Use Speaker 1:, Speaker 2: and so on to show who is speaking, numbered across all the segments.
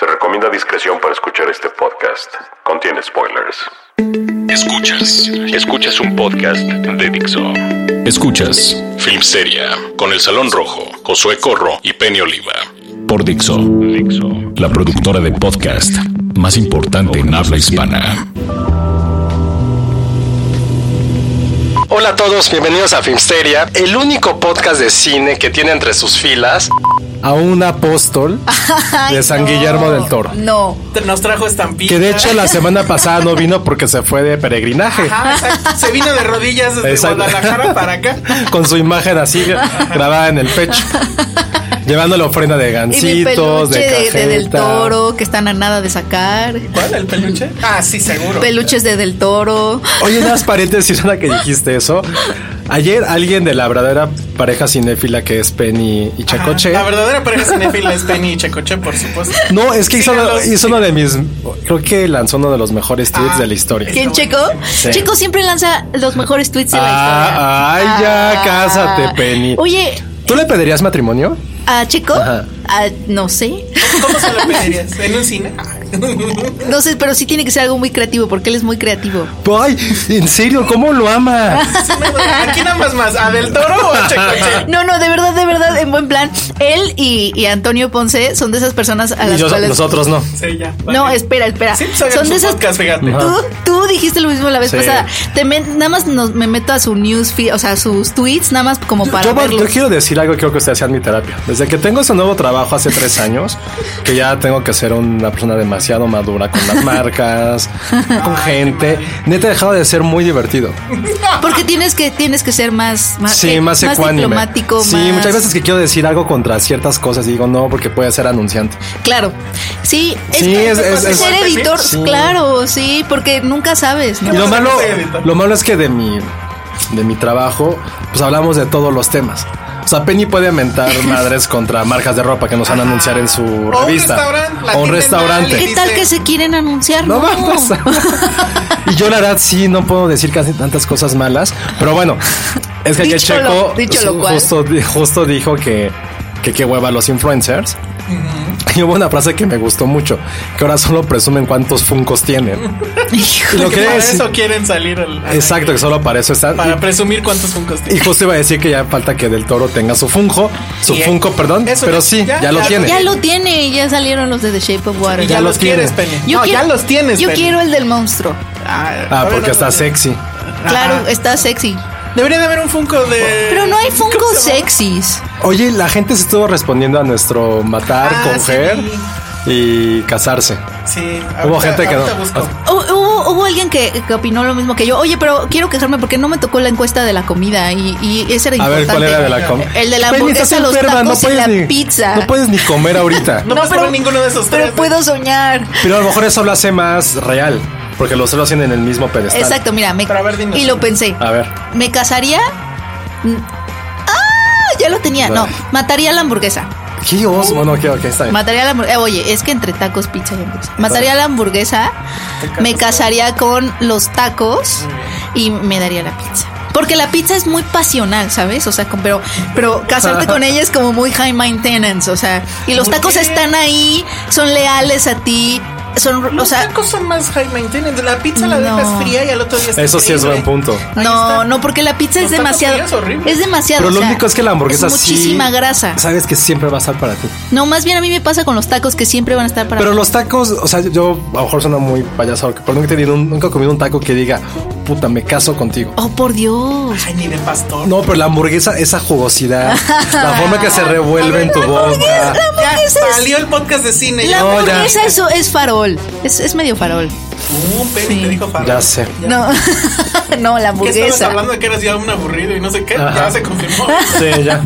Speaker 1: Se recomienda discreción para escuchar este podcast. Contiene spoilers.
Speaker 2: Escuchas, escuchas un podcast de Dixo. Escuchas Film Seria con El Salón Rojo, Josué Corro y Penny Oliva. Por Dixo, la productora de podcast más importante en habla hispana.
Speaker 3: Hola a todos, bienvenidos a Filmsteria, el único podcast de cine que tiene entre sus filas a un apóstol de San Guillermo del Toro.
Speaker 4: No.
Speaker 5: Nos trajo estampillas.
Speaker 3: Que de hecho la semana pasada no vino porque se fue de peregrinaje.
Speaker 5: Ajá, Ah, exacto. se vino de rodillas desde
Speaker 3: Exacto.
Speaker 5: Guadalajara para acá.
Speaker 3: Con su imagen así grabada en el pecho. Llevando la ofrenda de
Speaker 4: Y mi
Speaker 3: gancitos,
Speaker 4: peluche
Speaker 3: de
Speaker 4: de,
Speaker 3: cajeta.
Speaker 4: de Del Toro, que están a nada de sacar.
Speaker 5: ¿Cuál? ¿El peluche? Ah, sí, seguro.
Speaker 4: Peluches de Del Toro.
Speaker 3: Oye, nada más paréntesis ahora que dijiste eso. Ayer alguien de la verdadera pareja cinéfila que es Penny y
Speaker 5: Ajá,
Speaker 3: Chacoche.
Speaker 5: Ah, La verdadera pareja cinefila es Penny y Checoche, por supuesto.
Speaker 3: No, es que hizo,
Speaker 5: Síganos.
Speaker 3: hizo uno de mis. Creo que lanzó uno de los mejores tweets
Speaker 5: Ah,
Speaker 3: de la historia.
Speaker 4: ¿Quién, Checo?
Speaker 3: Sí.
Speaker 4: Checo siempre lanza los mejores tweets de la
Speaker 3: Ah,
Speaker 4: historia.
Speaker 3: ay, ya, cásate, Penny.
Speaker 4: Oye,
Speaker 3: ¿Tú le pedirías matrimonio?
Speaker 4: ¿a Checo?
Speaker 3: Ajá.
Speaker 4: Ah, no sé.
Speaker 5: ¿Cómo se lo pedirías? ¿En un cine? Ah,
Speaker 4: No sé, pero sí tiene que ser algo muy creativo, porque él es muy creativo.
Speaker 3: Ay, en serio, ¿cómo lo ama?
Speaker 5: ¿A quién amas más? ¿A Del Toro o a Checoche?
Speaker 4: No, no, de verdad, de verdad, en buen plan. Él y, y Antonio Ponce son de esas personas a
Speaker 3: Y
Speaker 4: las
Speaker 3: yo-
Speaker 4: cuales...
Speaker 3: nosotros no.
Speaker 5: Sí, ya. vale.
Speaker 4: No, espera, espera.
Speaker 5: Sí, pues, hagan
Speaker 4: son
Speaker 5: su
Speaker 4: de esas
Speaker 5: podcast, fíjate.
Speaker 3: Ajá.
Speaker 4: Tú, tú dijiste lo mismo la vez
Speaker 3: Sí.
Speaker 4: pasada. Te men- nada más nos- me meto a su newsfeed, o sea, sus tweets, nada más como para
Speaker 3: Yo, yo
Speaker 4: verlos.
Speaker 3: quiero decir algo que creo que ustedes hacían mi terapia. Desde que tengo ese nuevo trabajo hace tres años, que ya tengo que ser una persona demasiado madura con las marcas, con gente, neta he dejado de ser muy divertido.
Speaker 4: Porque tienes que tienes que ser más más,
Speaker 3: Sí,
Speaker 4: eh,
Speaker 3: más ecuánime.
Speaker 4: diplomático,
Speaker 3: sí,
Speaker 4: más-
Speaker 3: muchas veces que quiero decir algo contra ciertas cosas y digo no porque puede ser anunciante.
Speaker 4: Claro. Sí, es
Speaker 3: Sí,
Speaker 4: que
Speaker 3: es- es- es-
Speaker 4: ser editor,
Speaker 3: Sí.
Speaker 4: claro, sí, porque nunca sabes, ¿no?
Speaker 3: Y lo
Speaker 5: pasa
Speaker 3: malo,
Speaker 5: que soy editor?
Speaker 3: lo malo es que de mi, de mi trabajo, pues hablamos de todos los temas. O sea, Penny puede mentar madres contra marcas de ropa que nos van a anunciar en su
Speaker 5: un
Speaker 3: revista.
Speaker 5: restaurante, la
Speaker 3: o un
Speaker 5: atienden
Speaker 3: restaurante.
Speaker 5: mal
Speaker 4: ¿Qué tal que se quieren anunciar?
Speaker 3: No va a pasar. Y yo la verdad sí no puedo decir casi tantas cosas malas, pero bueno, es que aquí el
Speaker 4: Dicho lo-
Speaker 3: Checo
Speaker 4: dicho lo
Speaker 3: su-
Speaker 4: cual.
Speaker 3: justo, di- justo dijo que que qué hueva los influencers. Y hubo una frase que me gustó mucho, que ahora solo presumen cuántos funcos tienen. Y lo
Speaker 5: Que
Speaker 3: que
Speaker 5: para
Speaker 3: es-
Speaker 5: eso quieren salir al, al-
Speaker 3: Exacto, que solo para eso están.
Speaker 5: Para presumir cuántos funcos
Speaker 3: Y
Speaker 5: tienen.
Speaker 3: justo iba a decir que ya falta que Del Toro tenga su funjo, su
Speaker 5: Y-
Speaker 3: funko, perdón,
Speaker 5: eso
Speaker 3: pero
Speaker 5: ya-
Speaker 3: sí, ya,
Speaker 5: ya-
Speaker 3: lo
Speaker 5: ya-
Speaker 3: tiene.
Speaker 4: Ya lo tiene, ya salieron los de The Shape of Water.
Speaker 5: Y ya,
Speaker 3: Ya
Speaker 5: los
Speaker 3: los tiene.
Speaker 5: quieres, Penny. no, ya los tienes,
Speaker 4: Yo
Speaker 5: Penny.
Speaker 4: quiero el del monstruo.
Speaker 5: Ah,
Speaker 3: Ah,
Speaker 5: todavía
Speaker 3: porque
Speaker 5: no
Speaker 3: está
Speaker 5: lo tiene.
Speaker 3: sexy.
Speaker 4: Claro,
Speaker 5: Ajá.
Speaker 4: está sexy.
Speaker 5: Debería de haber un funko de...
Speaker 4: Pero no hay
Speaker 5: ¿Cómo
Speaker 4: Funko
Speaker 5: se llama?
Speaker 4: sexys.
Speaker 3: Oye, la gente se estuvo respondiendo a nuestro matar,
Speaker 5: Ah,
Speaker 3: coger y casarse.
Speaker 5: Sí.
Speaker 3: Hubo
Speaker 5: ahorita-
Speaker 3: gente que no.
Speaker 5: ahorita busco.
Speaker 4: Hu- Hubo, hubo alguien que, que opinó lo mismo que yo. Oye, pero quiero quejarme porque no me tocó la encuesta de la comida y, y ese era
Speaker 3: A
Speaker 4: importante.
Speaker 3: ver, ¿cuál era de la Pues comida?
Speaker 4: El de la hamburguesa, los tacos y la pizza.
Speaker 3: No puedes ni comer ahorita.
Speaker 5: No, vas a ver ninguno de esos
Speaker 4: pero
Speaker 5: tres. ¿eh?
Speaker 4: puedo soñar.
Speaker 3: Pero a lo mejor eso lo hace más real, porque los lo hacen en el mismo pedestal.
Speaker 4: Exacto, mira, me,
Speaker 5: Pero a ver, dinos.
Speaker 4: y lo pensé.
Speaker 3: A ver,
Speaker 4: ¿Me casaría? Mm. ¡Ah! Ya lo tenía. No,
Speaker 3: Vale.
Speaker 4: mataría la hamburguesa.
Speaker 3: ¿qué
Speaker 4: Uh.
Speaker 3: os? Bueno, ok, ok, está bien.
Speaker 4: Mataría la hamburguesa. Eh, Oye, es que entre tacos, pizza y hamburguesa. Mataría la hamburguesa, me casaría con los tacos y me daría la pizza. Porque la pizza es muy pasional, ¿sabes? O sea, con- pero, pero casarte con ella es como muy high maintenance, o sea, y los
Speaker 5: ¿Por
Speaker 4: tacos
Speaker 5: qué?
Speaker 4: están ahí, son leales a ti, son,
Speaker 5: No
Speaker 4: o
Speaker 5: es
Speaker 4: sea,
Speaker 5: la cosa más high maintenance. La pizza la dejas
Speaker 4: No.
Speaker 5: fría y al otro día está
Speaker 3: Eso sí es
Speaker 5: increíble.
Speaker 3: buen punto.
Speaker 5: Ahí
Speaker 4: no,
Speaker 5: está.
Speaker 4: no, porque la pizza es
Speaker 5: Los tacos
Speaker 4: demasiado.
Speaker 5: fritos, horrible.
Speaker 4: Es demasiado.
Speaker 3: Pero lo
Speaker 4: o sea,
Speaker 3: único es que la hamburguesa
Speaker 4: es
Speaker 3: sí-
Speaker 4: muchísima grasa.
Speaker 3: Sabes que siempre va a estar para ti.
Speaker 4: No, más bien a mí me pasa con los tacos que siempre van a estar para.
Speaker 3: Pero los tacos, o sea, yo a lo mejor suena muy payaso, porque por nunca he tenido un- nunca he comido un taco que diga, puta, me caso contigo.
Speaker 4: Oh, por Dios.
Speaker 5: Ay, ni de pastor.
Speaker 3: No, pero la hamburguesa, esa jugosidad, la forma que se revuelve en tu boca.
Speaker 5: Ya
Speaker 4: hamburguesa es-
Speaker 5: Ah, salió el podcast de cine.
Speaker 4: La
Speaker 5: ya.
Speaker 3: No, ya.
Speaker 4: hamburguesa es, es farol. Es, es medio farol.
Speaker 5: Uh, Penny te dijo Farol.
Speaker 3: Ya sé.
Speaker 4: No. no, la
Speaker 5: ¿Qué estabas
Speaker 4: hamburguesa.
Speaker 5: hablando de que eras ya un aburrido y no sé qué?
Speaker 3: Ajá.
Speaker 5: Ya se confirmó.
Speaker 3: Sí, ya.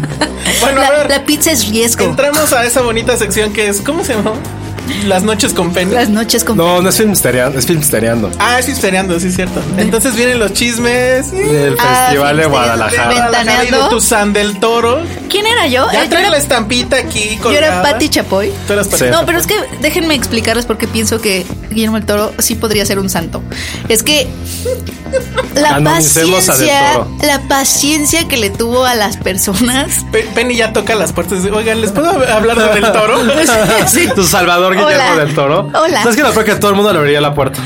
Speaker 5: Bueno, a
Speaker 4: La,
Speaker 5: ver.
Speaker 4: la pizza es riesgo.
Speaker 5: Entramos a esa bonita sección que es, ¿cómo se llama? Las noches con Penny.
Speaker 4: Las noches con.
Speaker 3: No, no es filmstereando, es filmstereando.
Speaker 5: Ah, es historiando, sí es cierto. Entonces vienen los chismes.
Speaker 3: Del
Speaker 4: Ah,
Speaker 3: Festival de
Speaker 4: Filmstereando.
Speaker 3: Guadalajara.
Speaker 5: Guadalajara y de
Speaker 4: Ventaneando.
Speaker 5: Tuzán del Toro.
Speaker 4: ¿Quién era yo? Eh,
Speaker 5: Ya
Speaker 4: yo,
Speaker 5: traen
Speaker 4: era,
Speaker 5: la estampita aquí
Speaker 4: yo era
Speaker 5: colgada.
Speaker 4: Patti Chapoy.
Speaker 5: Tú eras Pati.
Speaker 3: Sí.
Speaker 4: No, pero es que déjenme explicarles porque pienso que Guillermo el Toro sí podría ser un santo. Es que la
Speaker 3: Canonicemos a Del
Speaker 4: paciencia,
Speaker 3: Toro.
Speaker 4: la paciencia que le tuvo a las personas.
Speaker 5: Pe- Penny ya toca las puertas. de, Oigan, ¿les puedo hab- hablar de del toro?
Speaker 4: Sí.
Speaker 3: Tu Salvador Guillermo
Speaker 4: Hola.
Speaker 3: del Toro.
Speaker 4: Hola.
Speaker 3: ¿Sabes que no creo que todo el mundo le abriría la puerta?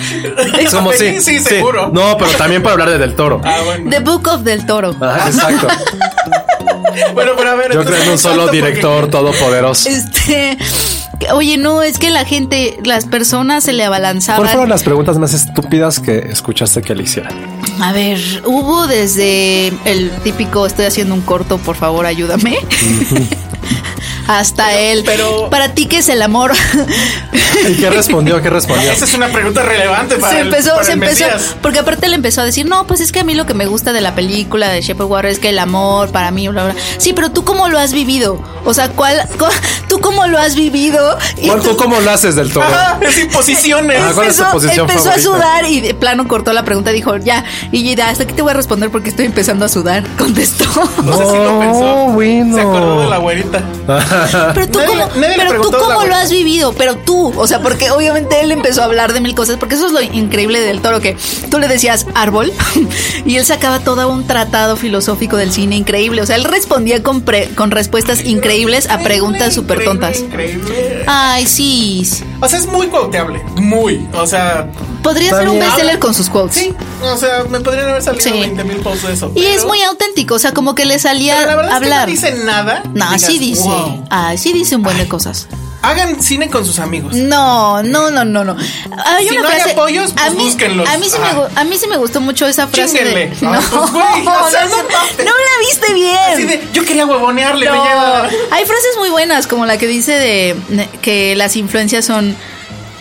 Speaker 3: Es como sí,
Speaker 5: Sí, sí, seguro.
Speaker 3: No, pero también para hablar de del Toro.
Speaker 5: Ah, bueno.
Speaker 4: The Book of Del Toro.
Speaker 3: Ajá, exacto.
Speaker 5: Bueno, pero a ver.
Speaker 3: Yo
Speaker 5: entonces,
Speaker 3: creo en un solo
Speaker 5: tanto porque-
Speaker 3: director todopoderoso.
Speaker 4: Este, oye, no, es que la gente, las personas se le abalanzaban.
Speaker 3: ¿Cuáles fueron las preguntas más estúpidas que escuchaste que le hicieran?
Speaker 4: A ver, hubo desde el típico estoy haciendo un corto, por favor, ayúdame. Hasta él.
Speaker 5: pero-
Speaker 4: para ti qué es el amor.
Speaker 3: ¿Y qué respondió? ¿Qué respondió?
Speaker 5: Esa es una pregunta relevante para
Speaker 4: se
Speaker 5: el-
Speaker 4: empezó,
Speaker 5: para
Speaker 4: se
Speaker 5: el
Speaker 4: empezó,
Speaker 5: Mesías.
Speaker 4: porque aparte le empezó a decir, no, pues es que a mí lo que me gusta de la película de Shepard Warren es que el amor para mí, bla, bla. Sí, pero tú cómo lo has vivido, o sea, ¿cuál, cu- tú cómo lo has vivido? Y
Speaker 3: ¿Cuál-
Speaker 4: tú-
Speaker 3: ¿Tú cómo lo haces del Toro?
Speaker 5: Ajá, es imposiciones.
Speaker 3: Ah, ¿cuál es tu
Speaker 4: empezó,
Speaker 3: posición
Speaker 4: empezó a
Speaker 3: favorita?
Speaker 4: sudar y de plano cortó la pregunta, dijo, ya, y ya, hasta aquí te voy a responder porque estoy empezando a sudar, contestó.
Speaker 5: O sea, sí lo pensó.
Speaker 3: No, bueno.
Speaker 5: Se acordó de la abuelita.
Speaker 4: Pero tú
Speaker 5: Nadie-
Speaker 4: cómo,
Speaker 5: nadie le
Speaker 4: pero tú
Speaker 5: preguntó la
Speaker 4: cómo lo
Speaker 5: abuela.
Speaker 4: has vivido, pero tú, o sea, porque obviamente él empezó a hablar de mil cosas, porque eso es lo increíble del toro, que tú le decías árbol y él sacaba todo un tratado filosófico del cine increíble, o sea, él respondía con, pre- con respuestas increíbles a preguntas súper
Speaker 5: Increíble,
Speaker 4: tontas.
Speaker 5: Increíble.
Speaker 4: Ay, sí, sí.
Speaker 5: O sea, es muy cuoteable. Muy. O sea, Ah,
Speaker 4: podría ser un
Speaker 3: También-
Speaker 4: bestseller con sus quotes.
Speaker 5: sí. O sea, me podrían haber salido
Speaker 4: Sí.
Speaker 5: 20 mil posts de eso.
Speaker 4: Y es
Speaker 5: pero-
Speaker 4: muy auténtico, o sea, como que le salía
Speaker 5: pero la verdad
Speaker 4: a hablar.
Speaker 5: es que no dice nada.
Speaker 4: no,
Speaker 5: Digas,
Speaker 4: sí dice.
Speaker 5: "Wow".
Speaker 4: Ay, sí dice un buen de cosas.
Speaker 5: Hagan cine con sus amigos.
Speaker 4: No, no, no, no, no. Hay
Speaker 5: Si
Speaker 4: una
Speaker 5: no hay
Speaker 4: frase-
Speaker 5: apoyos, pues búsquenlos.
Speaker 4: A mí, sí me,
Speaker 5: Ajá.
Speaker 4: gu- a mí sí me gustó mucho esa frase.
Speaker 5: Chínguenle.
Speaker 4: De, no,
Speaker 5: Ah, pues, güey, o sea,
Speaker 4: no,
Speaker 5: no mames.
Speaker 4: no la viste
Speaker 5: Así
Speaker 4: bien.
Speaker 5: de, yo quería huevonearle.
Speaker 4: No.
Speaker 5: me lleva-
Speaker 4: Hay frases muy buenas, como la que dice de ne- que las influencias son.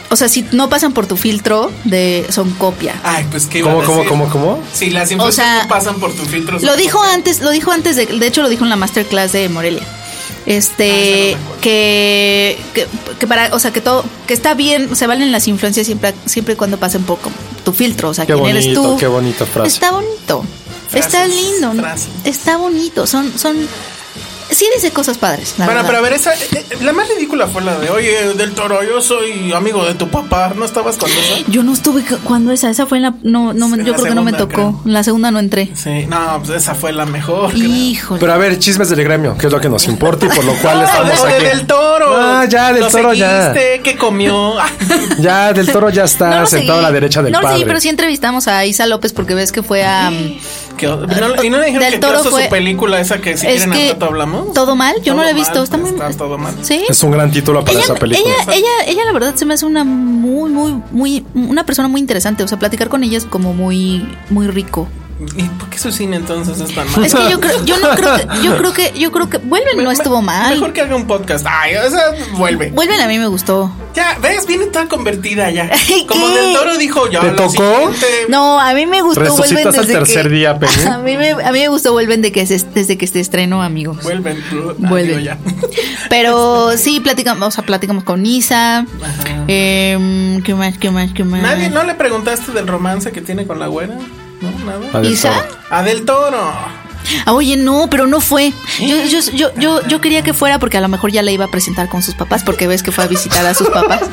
Speaker 4: O sea, si no pasan por tu filtro, de son copia.
Speaker 5: Ay, pues qué iba
Speaker 3: ¿Cómo,
Speaker 5: a
Speaker 3: cómo,
Speaker 5: decir?
Speaker 3: cómo, cómo?
Speaker 5: Si las
Speaker 4: O
Speaker 5: influencias
Speaker 4: sea,
Speaker 5: no pasan por tus filtros.
Speaker 4: Lo dijo antes, lo dijo antes de, de hecho lo dijo en la masterclass de Morelia.
Speaker 3: Ah,
Speaker 4: Este que, que, que para, o sea, que todo, que está bien, se valen las influencias siempre, siempre y cuando pasen por como tu filtro, o sea,
Speaker 3: Qué
Speaker 4: quién eres
Speaker 3: bonito,
Speaker 4: tú.
Speaker 3: qué bonita frase.
Speaker 4: Está bonito.
Speaker 5: Frases,
Speaker 4: está lindo. ¿no?
Speaker 5: frases.
Speaker 4: Está bonito. Son, son. Sí dice cosas padres. la
Speaker 5: Bueno,
Speaker 4: verdad.
Speaker 5: pero a ver, esa, eh, la más ridícula fue la de, oye, del toro, yo soy amigo de tu papá, ¿no estabas con eso?
Speaker 4: Yo no estuve cu- cuando esa, esa fue en la, no, no,
Speaker 5: En
Speaker 4: yo
Speaker 5: la
Speaker 4: creo que no me
Speaker 5: segunda,
Speaker 4: tocó.
Speaker 5: creo.
Speaker 4: En la segunda no entré.
Speaker 5: Sí, no, pues esa fue la mejor. creo.
Speaker 4: Híjole.
Speaker 3: Pero a ver, chismes del gremio, que es lo que nos importa y por lo cual
Speaker 5: No,
Speaker 3: estamos
Speaker 5: o Ah, de
Speaker 3: aquí.
Speaker 5: del toro.
Speaker 3: Ah, ya, del
Speaker 5: ¿Lo
Speaker 3: toro ya.
Speaker 5: seguiste? ¿Qué comió? Ah,
Speaker 3: Ya, del toro ya está
Speaker 4: No lo
Speaker 3: sentado a la
Speaker 4: seguí.
Speaker 3: derecha del
Speaker 4: No lo
Speaker 3: padre.
Speaker 4: seguí, pero sí entrevistamos a Isa López porque ves que fue a. um,
Speaker 5: que- no, y no le dijeron
Speaker 4: Del
Speaker 5: que
Speaker 4: Toro
Speaker 5: toro fue,
Speaker 4: fue-
Speaker 5: su película esa que si
Speaker 4: es
Speaker 5: quieren
Speaker 4: que
Speaker 5: al rato hablamos.
Speaker 4: Todo mal, yo no
Speaker 5: Todo
Speaker 4: la he visto.
Speaker 5: mal,
Speaker 4: está muy.
Speaker 5: está todo mal.
Speaker 4: Sí.
Speaker 3: Es un gran título para
Speaker 4: Ella,
Speaker 3: esa película.
Speaker 4: ella- ella- ella, la verdad se me hace una muy, muy, muy, una persona muy interesante. O sea, platicar con ella es como muy, muy rico.
Speaker 5: ¿Y por qué su cine entonces es tan malo?
Speaker 4: Es que yo creo, yo no creo que, yo creo que, yo creo que, vuelven no estuvo
Speaker 5: Mejor
Speaker 4: mal.
Speaker 5: que haga un podcast. Ay, o sea, vuelve.
Speaker 4: Vuelven a mí me gustó.
Speaker 5: Ya, ves, viene toda convertida ya.
Speaker 4: Ay,
Speaker 5: Como
Speaker 4: ¿qué?
Speaker 5: del toro dijo, ya.
Speaker 3: ¿Te
Speaker 5: la
Speaker 3: tocó?
Speaker 5: siguiente.
Speaker 4: No, a mí me gustó
Speaker 3: Resucitas
Speaker 4: vuelven
Speaker 3: al
Speaker 4: desde
Speaker 3: tercer
Speaker 4: que-
Speaker 3: día, Penny.
Speaker 4: A mí me, a mí me gustó vuelven de que se, desde que se estrenó, amigos.
Speaker 5: Vuelven. Ah,
Speaker 4: Vuelven.
Speaker 5: digo ya.
Speaker 4: Pero sí, platicamos, o sea, platicamos con Isa. Em, ¿Qué más? ¿Qué más? ¿Qué más?
Speaker 5: Nadie, ¿no le preguntaste del romance que tiene con la güera? No, nada.
Speaker 3: La del
Speaker 4: ¿Isa?
Speaker 3: toro.
Speaker 5: A del toro.
Speaker 4: Ah, oye, no, pero no fue. Yo, yo,
Speaker 5: ¿Eh?
Speaker 4: yo, yo, yo quería que fuera porque a lo mejor ya la iba a presentar con sus papás, porque ves que fue a visitar a sus papás.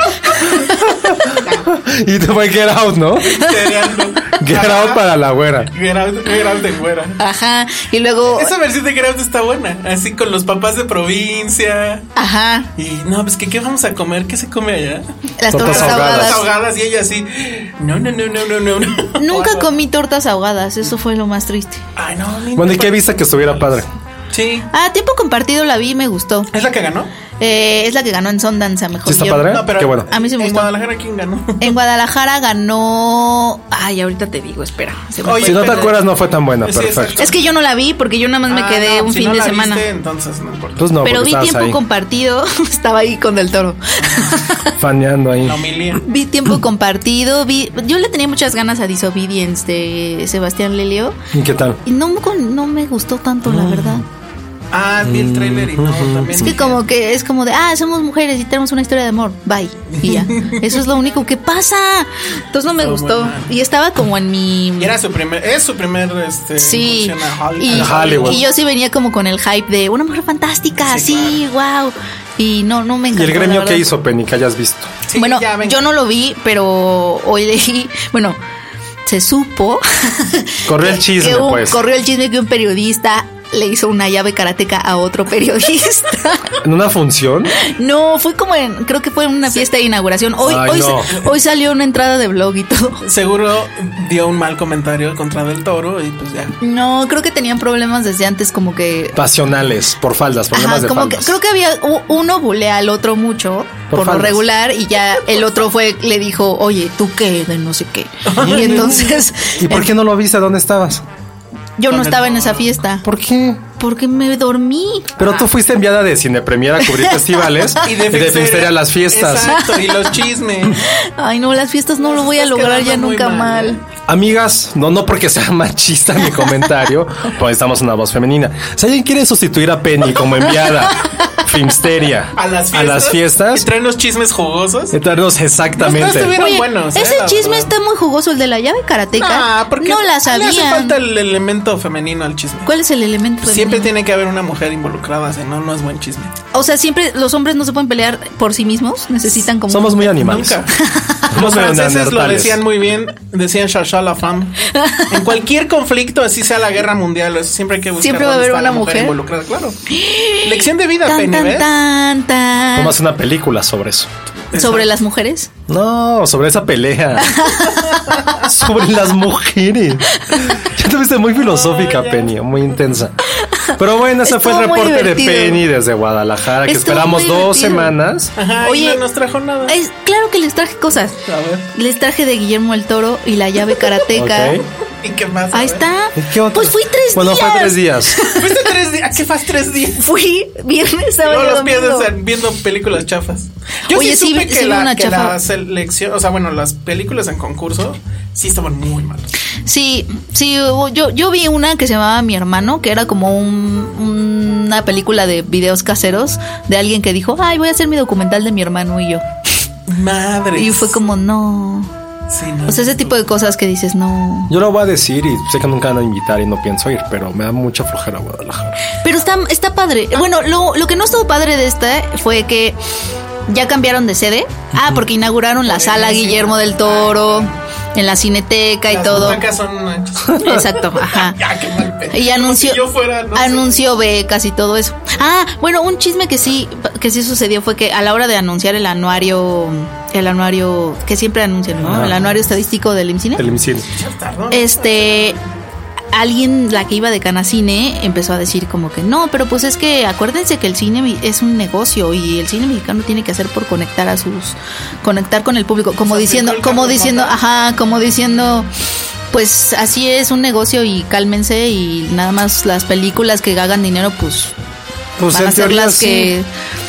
Speaker 3: y te fue Get Out, ¿no? Get Out para la güera.
Speaker 5: Get out, Get Out de fuera.
Speaker 4: Ajá. Y luego.
Speaker 5: Esa versión de Get Out está buena. Así con los papás de provincia.
Speaker 4: Ajá.
Speaker 5: Y no, pues que qué vamos a comer, qué se come allá.
Speaker 4: Las
Speaker 3: Tortas
Speaker 4: tortas
Speaker 3: ahogadas.
Speaker 4: ahogadas.
Speaker 5: Las ahogadas y ella así. No, no, no, no, no, no. no.
Speaker 4: Nunca comí tortas ahogadas. Eso fue lo más triste.
Speaker 5: Ay, no. ni-
Speaker 3: Bueno, ¿y qué viste que estuviera padre?
Speaker 5: Sí.
Speaker 4: Ah, tiempo compartido la vi y me gustó.
Speaker 5: ¿Es la que ganó?
Speaker 4: Eh, es la que ganó en Sundance a mejor.
Speaker 3: ¿Sí está
Speaker 4: guión.
Speaker 3: padre? ¿Eh? Qué bueno.
Speaker 4: A mí sí me
Speaker 5: en
Speaker 4: gustó.
Speaker 5: Guadalajara quién ganó.
Speaker 4: En Guadalajara ganó. Ay, ahorita te digo, espera. se me
Speaker 5: Oye,
Speaker 4: fue.
Speaker 3: Si no te
Speaker 5: pero-
Speaker 3: acuerdas, no fue tan buena.
Speaker 5: Sí,
Speaker 3: Perfecto.
Speaker 5: exacto.
Speaker 4: Es que yo no la vi porque yo nada más me
Speaker 5: Ah,
Speaker 4: quedé
Speaker 5: no,
Speaker 4: un
Speaker 5: si
Speaker 4: fin
Speaker 5: no
Speaker 4: de
Speaker 5: la
Speaker 4: semana.
Speaker 5: Viste, entonces no importa.
Speaker 3: Pues no,
Speaker 4: Pero
Speaker 3: porque
Speaker 4: vi
Speaker 3: estabas
Speaker 4: tiempo
Speaker 3: ahí
Speaker 4: compartido. Estaba ahí con Del Toro.
Speaker 3: faneando ahí.
Speaker 5: La humilía.
Speaker 4: Vi tiempo compartido. Vi. Yo le tenía muchas ganas a Disobedience de Sebastián Lelio.
Speaker 3: ¿Y qué tal?
Speaker 4: Y no, me- no me gustó tanto, la verdad.
Speaker 5: Ah, vi el trailer y no, también.
Speaker 4: Es que como que es como de, ah, somos mujeres y tenemos una historia de amor, bye. Y ya. Eso es lo único que pasa. Entonces no me
Speaker 5: Estuvo
Speaker 4: gustó.
Speaker 5: muy mal.
Speaker 4: Y estaba como en mi...
Speaker 5: Y Era su primer, es su primer, este,
Speaker 4: Sí,
Speaker 5: incursión a Hollywood.
Speaker 4: y,
Speaker 3: a Hollywood.
Speaker 4: y yo sí venía como con el hype de una mujer fantástica, sí, wow. Y no, no me
Speaker 3: ¿Y
Speaker 4: encantó.
Speaker 3: el
Speaker 4: la
Speaker 3: gremio
Speaker 4: verdad.
Speaker 3: que hizo, Penny, que hayas visto?
Speaker 5: Sí,
Speaker 4: bueno,
Speaker 5: ya, venga.
Speaker 4: yo no lo vi, pero hoy leí, bueno, se supo.
Speaker 3: Corrió
Speaker 4: que-
Speaker 3: el chisme,
Speaker 4: que un-
Speaker 3: pues.
Speaker 4: Corrió el chisme que un periodista le hizo una llave karateca a otro periodista.
Speaker 3: ¿En una función?
Speaker 4: No, fue como en, creo que fue en una fiesta de inauguración. Hoy,
Speaker 3: Ay,
Speaker 4: hoy,
Speaker 3: no.
Speaker 4: sa- hoy salió una entrada de blog y todo.
Speaker 5: Seguro dio un mal comentario contra Del Toro y pues ya.
Speaker 4: No, creo que tenían problemas desde antes, como que.
Speaker 3: Pasionales, por faldas, problemas
Speaker 4: Ajá,
Speaker 3: de
Speaker 4: como que
Speaker 3: faldas.
Speaker 4: creo que había u- uno bulea al otro mucho
Speaker 3: Por
Speaker 4: por, lo
Speaker 3: faldas.
Speaker 4: regular y ya el otro fue le dijo, "Oye, tú qué de no sé qué." Y entonces
Speaker 3: ¿Y por qué no lo viste? ¿Dónde estabas?
Speaker 4: yo no estaba en esa fiesta
Speaker 3: ¿Por qué?
Speaker 4: porque me dormí.
Speaker 3: Pero tú fuiste enviada de Cinepremiera a cubrir festivales y de Filmsteria a las fiestas.
Speaker 5: Exacto, y los chismes.
Speaker 4: Ay, no, las fiestas no lo voy a
Speaker 5: estás
Speaker 4: lograr ya
Speaker 5: quedando muy
Speaker 4: nunca
Speaker 5: mal, ¿eh?
Speaker 4: mal.
Speaker 3: Amigas, no, no porque sea machista mi comentario, pues necesitamos una voz femenina. Si alguien quiere sustituir a Penny como enviada, Filmsteria,
Speaker 5: A las fiestas.
Speaker 3: a las fiestas,
Speaker 5: Y traen los chismes jugosos.
Speaker 3: entrarnos
Speaker 5: Los dos
Speaker 3: exactamente.
Speaker 5: estuvieron buenos.
Speaker 4: Ese
Speaker 5: eh, la
Speaker 4: chisme
Speaker 5: verdad.
Speaker 4: está muy jugoso el de la llave karateca.
Speaker 5: Ah, porque
Speaker 4: no la
Speaker 5: Le hace
Speaker 4: sabía.
Speaker 5: falta el elemento femenino al chisme.
Speaker 4: ¿Cuál es el elemento?
Speaker 5: Pues siempre
Speaker 4: femenino?
Speaker 5: tiene que haber una mujer involucrada, si no, no es buen chisme.
Speaker 4: O sea, siempre los hombres no se pueden pelear por sí mismos, necesitan como
Speaker 3: Somos muy animales.
Speaker 5: Nunca.
Speaker 3: Somos
Speaker 5: Los
Speaker 3: medio
Speaker 5: franceses lo
Speaker 3: neandertales.
Speaker 5: decían muy bien, decían Shasha la femme. En cualquier conflicto, así sea la guerra mundial, eso siempre hay que buscar
Speaker 4: Siempre va a
Speaker 5: dónde
Speaker 4: haber
Speaker 5: está la
Speaker 4: una mujer.
Speaker 5: involucrada, claro. Lección de vida,
Speaker 4: tan
Speaker 5: Penny,
Speaker 4: tan
Speaker 5: ¿ves?
Speaker 4: tan tan
Speaker 3: Vamos a hacer una película sobre eso.
Speaker 4: sobre las mujeres.
Speaker 3: No, sobre esa pelea. sobre las mujeres. Ya te viste muy filosófica, Penny, muy intensa. Pero bueno, ese fue el
Speaker 4: Estuvo muy
Speaker 3: reporte de
Speaker 4: divertido.
Speaker 3: Penny desde Guadalajara, que
Speaker 4: Estuvo
Speaker 3: esperamos
Speaker 4: muy
Speaker 3: dos
Speaker 4: divertido.
Speaker 3: semanas.
Speaker 5: Ajá,
Speaker 4: Oye,
Speaker 5: Oye, no nos trajo nada.
Speaker 4: Es, claro que les traje cosas.
Speaker 5: A ver.
Speaker 4: Les traje de Guillermo el Toro y la llave karateca.
Speaker 3: Ok.
Speaker 5: ¿Y qué más? A
Speaker 4: Ahí
Speaker 5: ver.
Speaker 4: está.
Speaker 3: ¿Y qué otro?
Speaker 4: Pues fui tres
Speaker 3: bueno,
Speaker 4: días.
Speaker 3: fue tres días.
Speaker 5: Fuiste tres días. ¿A qué fas tres días?
Speaker 4: Fui viernes,
Speaker 5: No
Speaker 4: sábado y
Speaker 5: los
Speaker 4: domingo.
Speaker 5: pierdes en- viendo películas chafas. Yo
Speaker 4: Oye, sí
Speaker 5: sí supe
Speaker 4: vi-
Speaker 5: que,
Speaker 4: sí vi
Speaker 5: la,
Speaker 4: una
Speaker 5: que
Speaker 4: chafa.
Speaker 5: la selección, o sea, bueno, las películas en concurso sí estaban muy mal.
Speaker 4: Sí, sí, hubo- yo, yo vi una que se llamaba Mi Hermano, que era como un- una película de videos caseros de alguien que dijo, ay, voy a hacer mi documental de mi hermano y yo.
Speaker 5: Madre.
Speaker 4: Y fue como, no.
Speaker 5: Sí, no.
Speaker 4: O sea, ese tipo de cosas que dices, no.
Speaker 3: Yo lo voy a decir y sé que nunca van a invitar y no pienso ir, pero me da mucha flojera Guadalajara.
Speaker 4: Pero está, está padre. Bueno, lo, lo que no estuvo padre de esta fue que ya cambiaron de sede. Ah, porque inauguraron la sala Guillermo del Toro en la Cineteca y
Speaker 5: Las
Speaker 4: todo.
Speaker 5: butacas son anchas.
Speaker 4: Exacto, ajá.
Speaker 5: Ya, qué mal pedo.
Speaker 4: Y anunció,
Speaker 5: si yo fuera, no sé.
Speaker 4: anunció becas y todo eso. Ah, bueno, un chisme que sí, que sí sucedió fue que a la hora de anunciar el anuario, el anuario que siempre anuncian, ¿no?
Speaker 5: Ah.
Speaker 4: El anuario estadístico del IMCINE.
Speaker 3: El IMCIN.
Speaker 4: Este. Alguien, la que iba de Canacine, empezó a decir como que no, pero pues es que acuérdense que el cine mi- es un negocio y el cine mexicano tiene que hacer por conectar a sus, conectar con el público, como diciendo,
Speaker 5: aplicó el
Speaker 4: como
Speaker 5: Carlos
Speaker 4: diciendo,
Speaker 5: Montal.
Speaker 4: ajá, como diciendo, pues así es un negocio y cálmense y nada más las películas que hagan dinero, pues,
Speaker 3: Pues
Speaker 4: van a
Speaker 3: en
Speaker 4: ser
Speaker 3: teoría
Speaker 4: las
Speaker 3: sí.
Speaker 4: que-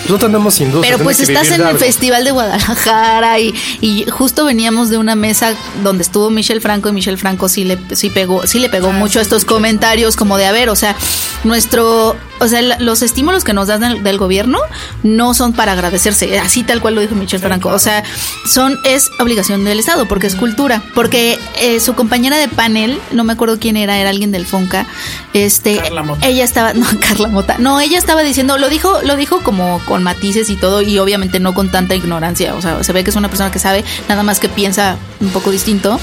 Speaker 3: Pues No tenemos industria.
Speaker 4: pero
Speaker 3: tiene
Speaker 4: pues
Speaker 3: que
Speaker 4: estás
Speaker 3: vivir
Speaker 4: en
Speaker 3: de
Speaker 4: el
Speaker 3: algo.
Speaker 4: Festival de Guadalajara y, y justo veníamos de una mesa donde estuvo Michelle Franco y Michelle Franco sí le sí pegó, Ah, sí le pegó mucho a estos comentarios como de a ver, o sea, nuestro, o sea, la- los estímulos que nos dan del, del gobierno no son para agradecerse, así tal cual lo dijo Michelle Franco, o sea, son es obligación del Estado porque es cultura, porque eh, su compañera de panel, no me acuerdo quién era, era alguien del Fonca, este
Speaker 5: Carla Mota.
Speaker 4: ella estaba, no, Carla Mota, no, ella estaba diciendo, lo dijo, lo dijo como con con matices y todo, y obviamente no con tanta ignorancia. O sea, se ve que es una persona que sabe, nada más que piensa un poco distinto.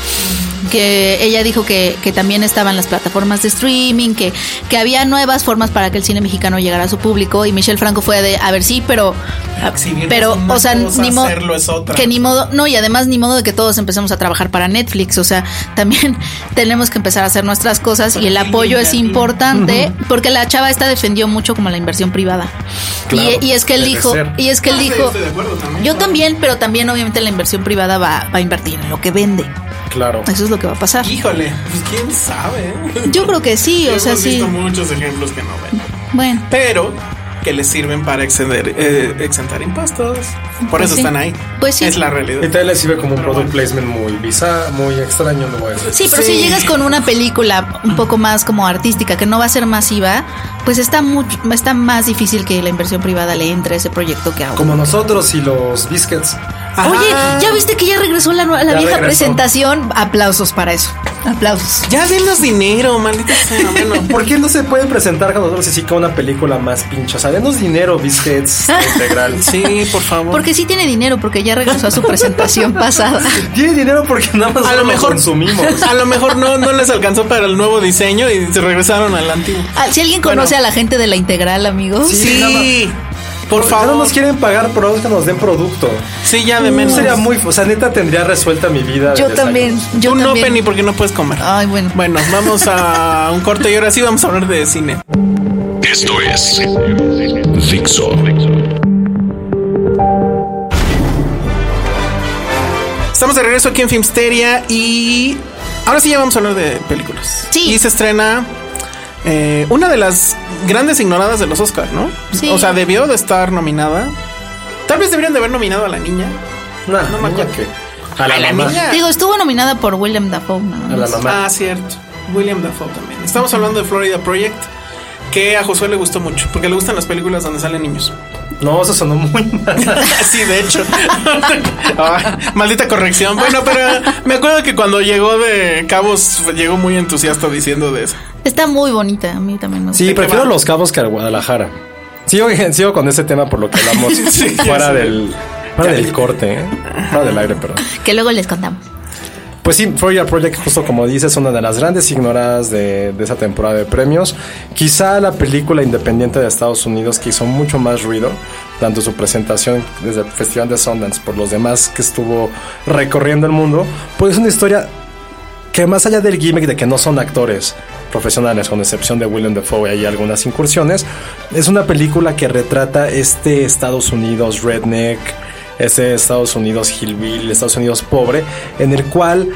Speaker 4: Que ella dijo que, que también estaban las plataformas de streaming, que, que había nuevas formas para que el cine mexicano llegara a su público. Y Michelle Franco fue de, a ver, sí, pero.
Speaker 5: Exhibirnos
Speaker 4: Pero,
Speaker 5: una
Speaker 4: o sea,
Speaker 5: cosa,
Speaker 4: ni modo.
Speaker 5: hacerlo es otra.
Speaker 4: Que ni modo. No, y además ni modo de que todos empecemos a trabajar para Netflix. O sea, también tenemos que empezar a hacer nuestras cosas y el apoyo es importante porque la chava esta defendió mucho como la inversión privada.
Speaker 3: Claro,
Speaker 4: y, y es que él
Speaker 3: debe
Speaker 4: dijo.
Speaker 3: ser.
Speaker 4: Y es que él
Speaker 5: Ah, Sí,
Speaker 4: dijo.
Speaker 5: estoy de acuerdo también.
Speaker 4: Yo también, pero también obviamente la inversión privada va, va a invertir en lo que vende.
Speaker 3: Claro.
Speaker 4: Eso es lo que va a pasar.
Speaker 5: Híjole, pues quién sabe.
Speaker 4: Yo creo que sí, o
Speaker 5: Hemos
Speaker 4: sea, sí.
Speaker 5: visto muchos ejemplos que no ven.
Speaker 4: Bueno,
Speaker 5: Pero que les sirven para extender, eh, exentar impuestos. Por
Speaker 4: Pues
Speaker 5: eso
Speaker 4: sí.
Speaker 5: están ahí.
Speaker 4: Pues sí.
Speaker 5: Es la
Speaker 3: Y
Speaker 5: realidad.
Speaker 3: tal le sirve como un product placement muy bizarro, muy extraño, no voy a decir.
Speaker 4: sí, pero si
Speaker 5: Sí.
Speaker 4: llegas con una película un poco más como artística, que no va a ser masiva, pues está mucho, está más difícil que la inversión privada le entre a ese proyecto que a
Speaker 3: Como nosotros y los biscuits.
Speaker 4: Oye, ¿ya viste que ya regresó la, nue- la
Speaker 3: Ah. Ya
Speaker 4: vieja
Speaker 3: regresó.
Speaker 4: presentación? Aplausos para eso. Aplausos.
Speaker 5: Ya denos dinero, maldita sea. Bueno,
Speaker 3: ¿Por qué no se pueden presentar con nosotros así con una película más pincha? O sea, denos dinero, biscuits integral.
Speaker 5: sí, por favor.
Speaker 4: Porque sí tiene dinero, porque ya regresó a su presentación pasada.
Speaker 3: Tiene dinero porque nada más
Speaker 5: a lo
Speaker 3: lo
Speaker 5: mejor
Speaker 3: consumimos.
Speaker 5: A lo mejor no, no les alcanzó para el nuevo diseño y se regresaron al antiguo.
Speaker 4: Ah, Si alguien conoce a la gente de la integral, amigos.
Speaker 5: Sí, por
Speaker 3: Ya no
Speaker 5: favor.
Speaker 3: nos quieren pagar, pero es que nos den producto.
Speaker 5: Sí, ya de menos.
Speaker 3: Mm, Sería muy, o sea, neta tendría resuelta mi vida. de
Speaker 4: Yo
Speaker 3: desayuno.
Speaker 4: también. Yo
Speaker 5: Tú no,
Speaker 4: también.
Speaker 5: Penny, porque no puedes comer.
Speaker 4: Ay, bueno.
Speaker 5: Bueno, vamos a un corte y ahora sí vamos a hablar de cine.
Speaker 2: Esto es Dixo.
Speaker 5: Estamos de regreso aquí en Filmsteria y ahora sí ya vamos a hablar de películas.
Speaker 4: Sí.
Speaker 5: Y se estrena eh, una de las grandes ignoradas de los Oscar, ¿no?
Speaker 4: Sí.
Speaker 5: O sea, debió de estar nominada. Tal vez deberían de haber nominado a la niña.
Speaker 3: Nah,
Speaker 5: No me
Speaker 3: niña
Speaker 5: acuerdo.
Speaker 3: que- A la, mamá.
Speaker 5: niña.
Speaker 4: Digo, estuvo nominada por William Dafoe. nada
Speaker 3: A la
Speaker 4: más.
Speaker 3: mamá.
Speaker 5: Ah, cierto. William Dafoe también. Estamos hablando de Florida Project, que a Josué le gustó mucho, porque le gustan las películas donde salen niños.
Speaker 3: No, eso sonó muy mal.
Speaker 5: sí, de hecho. Ah, maldita corrección. Bueno, pero me acuerdo que cuando llegó de Cabos, llegó muy entusiasta diciendo de eso.
Speaker 4: Está muy bonita, a mí también me gusta.
Speaker 3: Sí, prefiero los cabos que a Guadalajara. Sigo, sigo con ese tema por lo que hablamos
Speaker 5: Sí, ya
Speaker 3: fuera
Speaker 5: sé.
Speaker 3: del, fuera del corte, ¿eh? fuera del aire, perdón.
Speaker 4: Que luego les contamos.
Speaker 3: Pues sí, Florida Project, justo como dices, una de las grandes ignoradas de, de esa temporada de premios. Quizá la película independiente de Estados Unidos que hizo mucho más ruido, tanto su presentación desde el Festival de Sundance por los demás que estuvo recorriendo el mundo, pues es una historia que más allá del gimmick de que no son actores profesionales, con excepción de William Dafoe y hay algunas incursiones, es una película que retrata este Estados Unidos redneck, este Estados Unidos hillbilly, Estados Unidos pobre, en el cual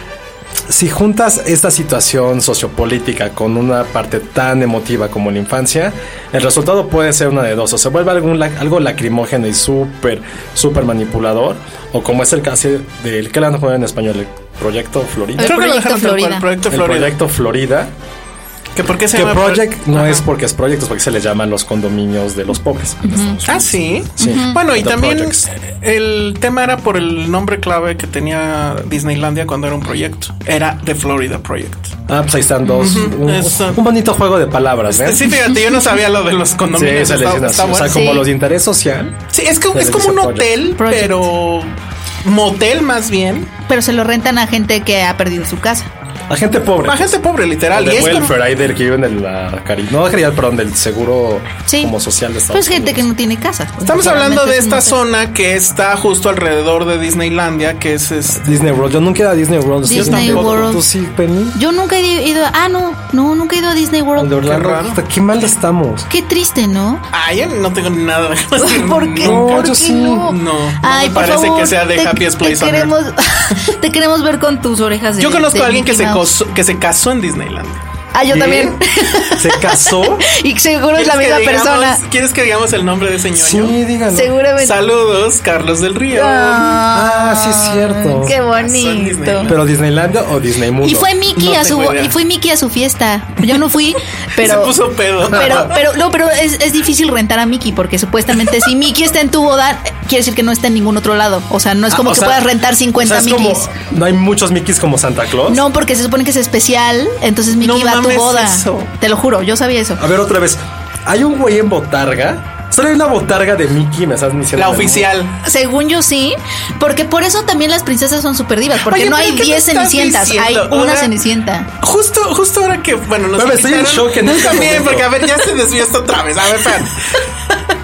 Speaker 3: si juntas esta situación sociopolítica con una parte tan emotiva como la infancia, el resultado puede ser una de dos. O se vuelve algún lac- algo lacrimógeno y súper, súper manipulador. O como es el caso del que le han en español, el proyecto Florida.
Speaker 4: El
Speaker 5: que lo
Speaker 4: Proyecto
Speaker 5: dejaron tal cual,
Speaker 4: Florida.
Speaker 5: Proyecto
Speaker 3: El
Speaker 5: Florida.
Speaker 3: proyecto Florida.
Speaker 5: Que por qué se
Speaker 3: Que
Speaker 5: llama
Speaker 3: Project
Speaker 5: Pro-
Speaker 3: no
Speaker 5: Ajá.
Speaker 3: es porque es proyecto, es porque se le llaman los condominios de los pobres.
Speaker 5: Ah, sí.
Speaker 3: Sí. Ujú.
Speaker 5: Bueno, y
Speaker 3: The
Speaker 5: también
Speaker 3: Projects.
Speaker 5: el tema era por el nombre clave que tenía Disneylandia cuando era un proyecto. Era The Florida Project.
Speaker 3: Ah, pues ahí están dos. un,
Speaker 5: eso.
Speaker 3: un bonito juego de palabras, ¿ves?
Speaker 5: uh, Eh, Sí, fíjate, yo no sabía lo de los
Speaker 3: Sí,
Speaker 5: condominios.
Speaker 3: se le
Speaker 5: está-
Speaker 3: dicen así,
Speaker 5: está
Speaker 3: O sea,
Speaker 5: bueno.
Speaker 3: como
Speaker 4: Sí.
Speaker 3: los de interés social.
Speaker 5: Sí, es, que,
Speaker 3: se
Speaker 5: es
Speaker 3: le
Speaker 5: como
Speaker 3: dice
Speaker 5: un
Speaker 3: Project.
Speaker 5: hotel,
Speaker 4: Project.
Speaker 5: pero motel más bien.
Speaker 4: Pero se lo rentan a gente que ha perdido su casa.
Speaker 3: A gente pobre.
Speaker 5: La gente pobre, literal.
Speaker 3: de
Speaker 5: y es como-
Speaker 3: welfare, ahí del que viven en la caridad. No, caridad, perdón, del seguro
Speaker 4: Sí.
Speaker 3: como social de Estados
Speaker 4: Pues gente que
Speaker 3: Unidos.
Speaker 4: no tiene casa.
Speaker 5: Estamos hablando de esta
Speaker 4: zona.
Speaker 5: zona que está justo alrededor de Disneylandia, que es este,
Speaker 3: Disney World. Yo nunca he ido a Disney World. Ustedes
Speaker 4: Disney
Speaker 3: tampoco.
Speaker 4: World.
Speaker 3: ¿Tú sí, Penny?
Speaker 4: Yo nunca he ido a... Ah, no, no, nunca he ido a Disney
Speaker 3: Al de
Speaker 4: World.
Speaker 3: Orlando.
Speaker 5: raro.
Speaker 3: Puta, Qué mal estamos.
Speaker 4: Qué triste, ¿no?
Speaker 5: Ay, yo no tengo nada de
Speaker 4: ¿Por qué?
Speaker 5: nunca.
Speaker 4: ¿Por
Speaker 3: yo
Speaker 4: qué
Speaker 3: sí.
Speaker 4: No,
Speaker 5: No, no
Speaker 4: Ay,
Speaker 5: me
Speaker 4: por
Speaker 5: parece
Speaker 4: favor,
Speaker 5: que sea The
Speaker 4: te-
Speaker 5: Happiest Place
Speaker 4: te
Speaker 5: on
Speaker 4: queremos, Te queremos ver con tus orejas de
Speaker 5: Yo conozco
Speaker 4: de
Speaker 5: a alguien que
Speaker 4: Mickey
Speaker 5: se,
Speaker 4: Mouse.
Speaker 5: casó, que se casó en Disneylandia.
Speaker 4: Ah, yo
Speaker 3: ¿Qué?
Speaker 4: también.
Speaker 3: ¿Se casó?
Speaker 4: y seguro es la
Speaker 5: ¿Quieres
Speaker 4: misma
Speaker 5: que digamos-
Speaker 4: persona.
Speaker 5: ¿Quieres que digamos el nombre de ese ñoño?
Speaker 3: sí, díganlo.
Speaker 4: Seguramente.
Speaker 5: Saludos, Carlos del Río.
Speaker 3: Ah, sí es cierto.
Speaker 4: Qué
Speaker 5: Son Disneyland.
Speaker 4: bonito.
Speaker 3: Pero Disneylandia o Disney Mundo.
Speaker 4: Y fue Mickey
Speaker 5: No
Speaker 4: a su
Speaker 5: tengo idea.
Speaker 4: y fue Mickey a su fiesta. Yo no fui,
Speaker 5: Y
Speaker 4: pero
Speaker 5: se puso pedo.
Speaker 4: Pero, pero, no, pero es, es difícil rentar a Mickey porque supuestamente si Mickey está en tu boda, eh, quiere decir que no está en ningún otro lado. O sea, no es como
Speaker 3: Ah, o
Speaker 4: que
Speaker 3: sea,
Speaker 4: puedas rentar 50
Speaker 3: o sea, es como-
Speaker 4: Mickeys.
Speaker 3: no hay muchos Mickeys como Santa Claus.
Speaker 4: No, porque se supone que es especial, entonces Mickey
Speaker 5: No
Speaker 4: va a tu
Speaker 5: mames
Speaker 4: boda.
Speaker 5: eso.
Speaker 4: Te lo juro, yo sabía eso.
Speaker 3: A ver, otra vez. Hay un güey en Botarga. Solo hay una botarga de Mickey, me estás diciendo.
Speaker 5: La oficial.
Speaker 4: Según yo sí, porque por eso también las princesas son super divas, porque
Speaker 5: Oye,
Speaker 4: no
Speaker 5: pero
Speaker 4: hay
Speaker 5: ¿qué me
Speaker 4: 10
Speaker 5: estás
Speaker 4: cenicientas, hay
Speaker 5: diciendo? O
Speaker 4: una
Speaker 5: sea,
Speaker 4: cenicienta.
Speaker 5: Justo, justo ahora que, bueno, nos
Speaker 3: Bueno, estoy en
Speaker 5: invitaron-
Speaker 3: shock en este
Speaker 5: También,
Speaker 3: momento.
Speaker 5: porque a ver, ya se desvió esto otra vez. A ver, espérate.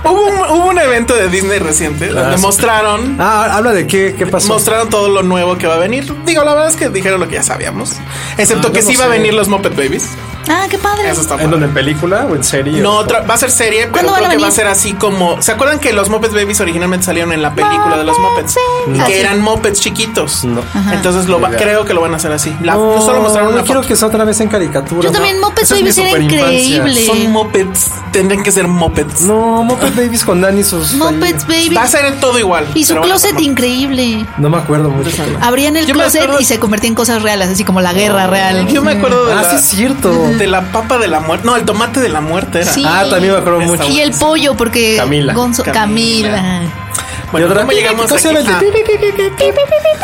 Speaker 5: Hubo un, hubo un evento de Disney reciente donde
Speaker 3: sí.
Speaker 5: mostraron
Speaker 3: Ah, habla de qué, qué pasó.
Speaker 5: mostraron todo lo nuevo que va a venir. Digo, la verdad es que dijeron lo que ya sabíamos. Excepto
Speaker 3: Ah,
Speaker 5: que
Speaker 3: yo
Speaker 5: sí
Speaker 3: no
Speaker 5: va a
Speaker 3: sé.
Speaker 5: venir los Muppet Babies.
Speaker 4: Ah, qué padre.
Speaker 5: Eso está
Speaker 3: ¿En
Speaker 5: padre.
Speaker 3: donde en película o en serie?
Speaker 5: No,
Speaker 3: O-
Speaker 5: otra, va a ser serie, pero
Speaker 4: ¿Cuándo van a
Speaker 5: creo que va a
Speaker 4: venir?
Speaker 5: ser así como. ¿Se acuerdan que los Muppet Babies originalmente salieron en la película de los Muppets?
Speaker 4: Muppet
Speaker 5: Y
Speaker 4: Babies.
Speaker 5: que eran Muppets chiquitos.
Speaker 3: No.
Speaker 5: Entonces lo va- creo que lo van a hacer así. La-
Speaker 3: No,
Speaker 5: solo mostraron una
Speaker 3: no quiero
Speaker 5: foto.
Speaker 3: que sea otra vez en caricatura.
Speaker 4: Yo
Speaker 3: no.
Speaker 4: también, Muppet
Speaker 3: Esa es mi
Speaker 4: Babies era
Speaker 3: superinfancia.
Speaker 4: increíble.
Speaker 5: Son Muppets. Tendrían que ser Muppets.
Speaker 3: No, Muppet Babies con Dani y sus.
Speaker 4: Muppets pues, Baby
Speaker 5: Va a ser todo igual.
Speaker 4: y su
Speaker 5: pero van a ser
Speaker 4: closet increíble.
Speaker 3: No me acuerdo mucho. pero-
Speaker 4: Abrían el
Speaker 5: Yo me
Speaker 4: closet
Speaker 5: acuerdo-
Speaker 4: y se convertía en cosas reales, así como la guerra real.
Speaker 5: Muppets. Yo me acuerdo de,
Speaker 3: Ah,
Speaker 5: la,
Speaker 3: sí, es cierto.
Speaker 5: de la papa de la muerte. No, el tomate de la muerte era.
Speaker 4: Sí.
Speaker 3: Ah, también me acuerdo mucho.
Speaker 4: Y el pollo, porque
Speaker 3: Camila.
Speaker 4: Gonzo- Camila.
Speaker 5: ah, Bueno,
Speaker 3: Y otra-
Speaker 5: ¿cómo llegamos
Speaker 3: ¿Cómo se
Speaker 5: aquí? Ah.
Speaker 3: llama el de-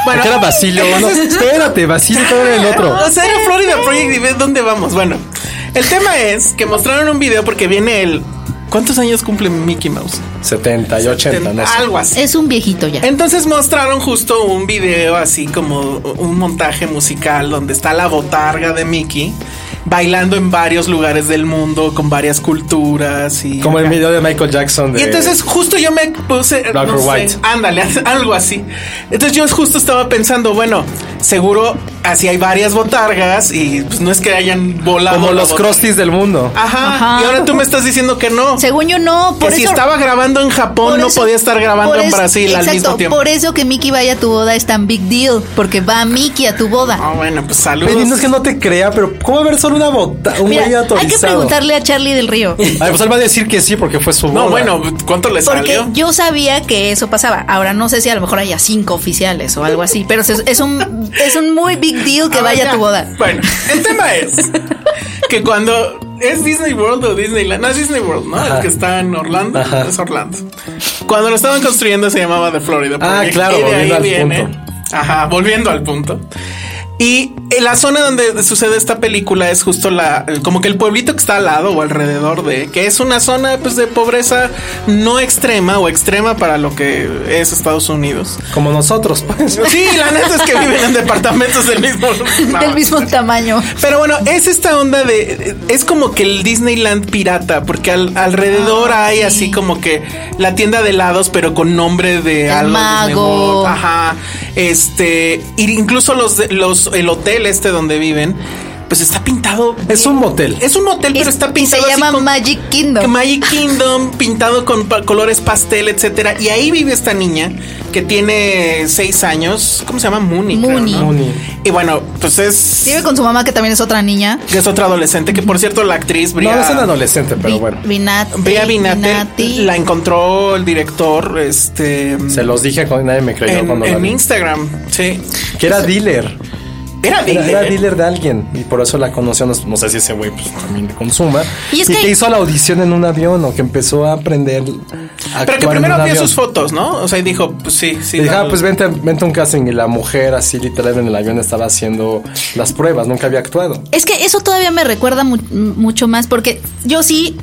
Speaker 5: Bueno,
Speaker 3: Que era Basilio. No, espérate, Basilio era el otro.
Speaker 5: Ah, O sea, era Florida Project y ve dónde vamos. Bueno, el tema es que mostraron un video porque viene el. ¿Cuántos años cumple Mickey Mouse?
Speaker 3: 70 y 80, no sé.
Speaker 5: Algo así.
Speaker 4: Es un viejito ya.
Speaker 5: Entonces mostraron justo un video así como un montaje musical donde está la botarga de Mickey bailando en varios lugares del mundo con varias culturas y
Speaker 3: Como el
Speaker 5: acá.
Speaker 3: video de Michael Jackson. De...
Speaker 5: Y entonces justo yo me puse...
Speaker 3: Black
Speaker 5: no
Speaker 3: or
Speaker 5: sé,
Speaker 3: white.
Speaker 5: Ándale, algo así. Entonces yo justo estaba pensando, bueno, seguro así hay varias botargas y pues no es que hayan volado...
Speaker 3: Como
Speaker 5: la Ah,
Speaker 3: los
Speaker 5: botarga.
Speaker 3: crusties del mundo.
Speaker 5: Ajá,
Speaker 4: Ajá.
Speaker 5: Y ahora tú me estás diciendo que no.
Speaker 4: Según yo no,
Speaker 5: que
Speaker 4: por
Speaker 5: si
Speaker 4: eso-
Speaker 5: estaba grabando en Japón
Speaker 4: por
Speaker 5: no
Speaker 4: eso-
Speaker 5: podía estar grabando
Speaker 4: por
Speaker 5: en
Speaker 4: eso-
Speaker 5: Brasil al
Speaker 4: exacto,
Speaker 5: mismo tiempo.
Speaker 4: Por eso que Mickey vaya a tu boda es tan big deal, porque va Mickey a tu boda.
Speaker 5: Ah, bueno, pues saludos.
Speaker 3: Penny, no es que no te crea, pero ¿cómo va a haber solo una bota? Un
Speaker 4: Mira,
Speaker 3: güey
Speaker 4: hay que
Speaker 3: autorizado?
Speaker 4: preguntarle a Charlie del Río.
Speaker 3: Ay, pues él va a decir que sí porque fue su boda.
Speaker 5: No, bueno, ¿cuánto le
Speaker 4: Porque
Speaker 5: salió?
Speaker 4: yo sabía que eso pasaba. Ahora no sé si a lo mejor haya cinco oficiales o algo así, pero es, es un es un muy big deal que
Speaker 5: Ah,
Speaker 4: vaya
Speaker 5: ya.
Speaker 4: a tu boda.
Speaker 5: Bueno, el tema es que cuando es Disney World o Disneyland, no es Disney World, ¿no? El que está en Orlando, es Orlando. Cuando lo estaban construyendo se llamaba The Florida.
Speaker 3: Ah,
Speaker 5: Project,
Speaker 3: claro,
Speaker 5: y de ahí
Speaker 3: volviendo al
Speaker 5: viene.
Speaker 3: punto.
Speaker 5: Ajá, volviendo al punto. Y en la zona donde sucede esta película es justo la, el- como que el pueblito que está al lado o alrededor de, que es una zona pues de pobreza no extrema o extrema para lo que es Estados Unidos.
Speaker 3: Como nosotros, pues.
Speaker 5: Sí, la neta es que viven en departamentos del mismo. No.
Speaker 4: Del mismo tamaño.
Speaker 5: Pero bueno, es esta onda de. Es como que el Disneyland pirata, porque al- alrededor
Speaker 4: Ah,
Speaker 5: hay
Speaker 4: sí.
Speaker 5: así como que la tienda de helados, pero con nombre de
Speaker 4: El
Speaker 5: algo. Disney
Speaker 4: mago.
Speaker 5: World. Ajá. Este. y Incluso los, de- los, el hotel este donde viven, pues está pintado.
Speaker 3: Es un motel.
Speaker 5: Es un hotel, pero
Speaker 4: Es-
Speaker 5: está
Speaker 4: y se
Speaker 5: pintado. así
Speaker 4: llama
Speaker 5: con-
Speaker 4: Magic Kingdom.
Speaker 5: Magic Kingdom pintado con pa- colores pastel, etcétera. Y ahí vive esta niña que tiene seis años. ¿Cómo se llama? Mooney. creo,
Speaker 4: Mooney.
Speaker 5: ¿no?
Speaker 3: Mooney.
Speaker 5: Y bueno, pues es.
Speaker 4: Vive con su mamá que también es otra niña.
Speaker 5: que es otra adolescente que por cierto la actriz
Speaker 3: No,
Speaker 5: Bria,
Speaker 3: es un adolescente, pero
Speaker 4: Vi-
Speaker 3: bueno.
Speaker 4: Vinati.
Speaker 5: Bria Binate
Speaker 4: Vinati.
Speaker 5: la encontró el director este
Speaker 3: Se los dije cuando nadie me creyó
Speaker 5: en,
Speaker 3: cuando la
Speaker 5: en
Speaker 3: vi.
Speaker 5: Instagram sí
Speaker 3: Que era dealer.
Speaker 5: era
Speaker 3: Era,
Speaker 5: Disney
Speaker 3: era dealer de alguien. Y por eso la conoció. No, no sé si ese güey pues, también consuma.
Speaker 4: Y
Speaker 3: Y,
Speaker 4: es que-
Speaker 3: que hizo la audición en un avión o que empezó a aprender. a
Speaker 5: pero que
Speaker 3: actuar en
Speaker 5: primero
Speaker 3: un
Speaker 5: vio
Speaker 3: avión.
Speaker 5: sus fotos no o sea y dijo pues sí sí
Speaker 3: Y dije, ah,
Speaker 5: dale.
Speaker 3: pues vente, vente a un casting. Y la mujer, así literal, en el avión estaba haciendo las pruebas. Nunca había actuado.
Speaker 4: Es que eso todavía me recuerda mu- mucho más porque yo sí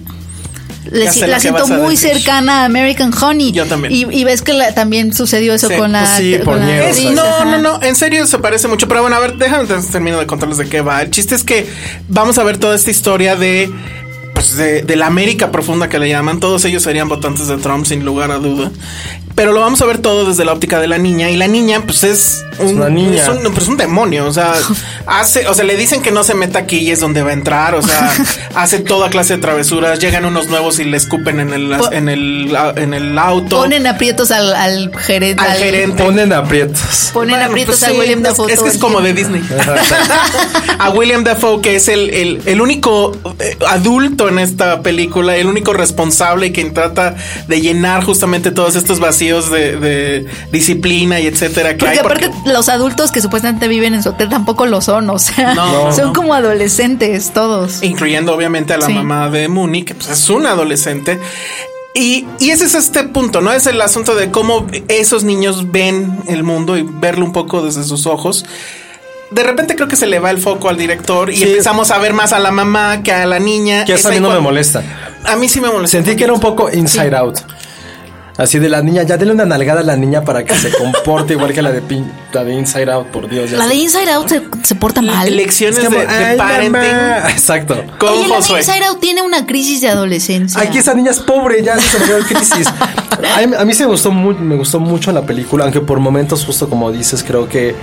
Speaker 4: le
Speaker 5: Ya
Speaker 4: si-
Speaker 5: sé lo
Speaker 4: la
Speaker 5: que
Speaker 4: siento
Speaker 5: vas a
Speaker 4: muy
Speaker 5: decir.
Speaker 4: cercana a American Honey.
Speaker 5: Yo también.
Speaker 4: Y, y ves que la- también sucedió eso
Speaker 5: Sí,
Speaker 4: con la.
Speaker 3: pues sí,
Speaker 4: con
Speaker 3: por
Speaker 4: la
Speaker 3: miedo,
Speaker 4: actriz,
Speaker 3: o sea,
Speaker 5: No,
Speaker 4: ajá.
Speaker 5: no, no, en serio se parece mucho, pero bueno, a ver, déjame te- termino de contarles de qué va. El chiste es que vamos a ver toda esta historia de pues de, de la América profunda que le llaman, todos ellos serían votantes de Trump sin lugar a duda. Pero lo vamos a ver todo desde la óptica de la niña y la niña pues es un,
Speaker 3: una niña.
Speaker 5: es un- pues, es un demonio, o sea, hace, o sea, le dicen que no se meta aquí y es donde va a entrar, o sea, hace toda clase de travesuras, llegan unos nuevos y le escupen en el en el en el auto.
Speaker 4: Ponen aprietos al, al gerente.
Speaker 5: al gerente.
Speaker 3: Ponen aprietos.
Speaker 4: Ponen
Speaker 5: Bueno,
Speaker 4: aprietos
Speaker 5: pues
Speaker 4: a
Speaker 5: sí,
Speaker 4: William
Speaker 5: es-
Speaker 4: Dafoe.
Speaker 5: Es
Speaker 4: todo
Speaker 5: que es
Speaker 4: el
Speaker 5: como de
Speaker 4: tiempo.
Speaker 5: Disney. a William Dafoe, que es el, el- el único eh, adulto en esta película, el único responsable y quien trata de llenar justamente todos estos vacíos de, de disciplina y etcétera. Que
Speaker 4: Porque
Speaker 5: hay, porque-
Speaker 4: aparte, los adultos que supuestamente viven en su hotel tampoco lo son, o sea,
Speaker 5: No,
Speaker 4: son
Speaker 5: no.
Speaker 4: como adolescentes todos.
Speaker 5: incluyendo obviamente a la
Speaker 4: Sí.
Speaker 5: mamá de Mooney, que pues, es una adolescente. Y, y ese es este punto, ¿no? Es el asunto de cómo esos niños ven el mundo y verlo un poco desde sus ojos. De repente creo que se le va el foco al director y
Speaker 3: Sí.
Speaker 5: empezamos a ver más a la mamá que a la niña.
Speaker 3: Que
Speaker 5: Es
Speaker 3: eso a
Speaker 5: ahí
Speaker 3: mí no me
Speaker 5: cuando-
Speaker 3: molesta.
Speaker 5: a mí sí me molestó.
Speaker 3: Sentí que era un poco inside out. Así de la niña, ya dele una nalgada a la niña para que se comporte igual que la de, pin- la de Inside Out, por Dios. ya
Speaker 4: La
Speaker 3: sé.
Speaker 4: de Inside Out se, se porta mal.
Speaker 5: Lecciones
Speaker 3: Es como,
Speaker 5: de, de
Speaker 3: "Ay,
Speaker 5: parenting
Speaker 3: mamá". Exacto.
Speaker 5: con
Speaker 4: Oye, la de
Speaker 5: Josué.
Speaker 4: Inside Out tiene una crisis de adolescencia.
Speaker 3: Aquí esa niña es pobre, ya se me dio el crisis. A mí, a mí sí me gustó, mu- me gustó mucho la película, aunque por momentos, justo como dices, creo que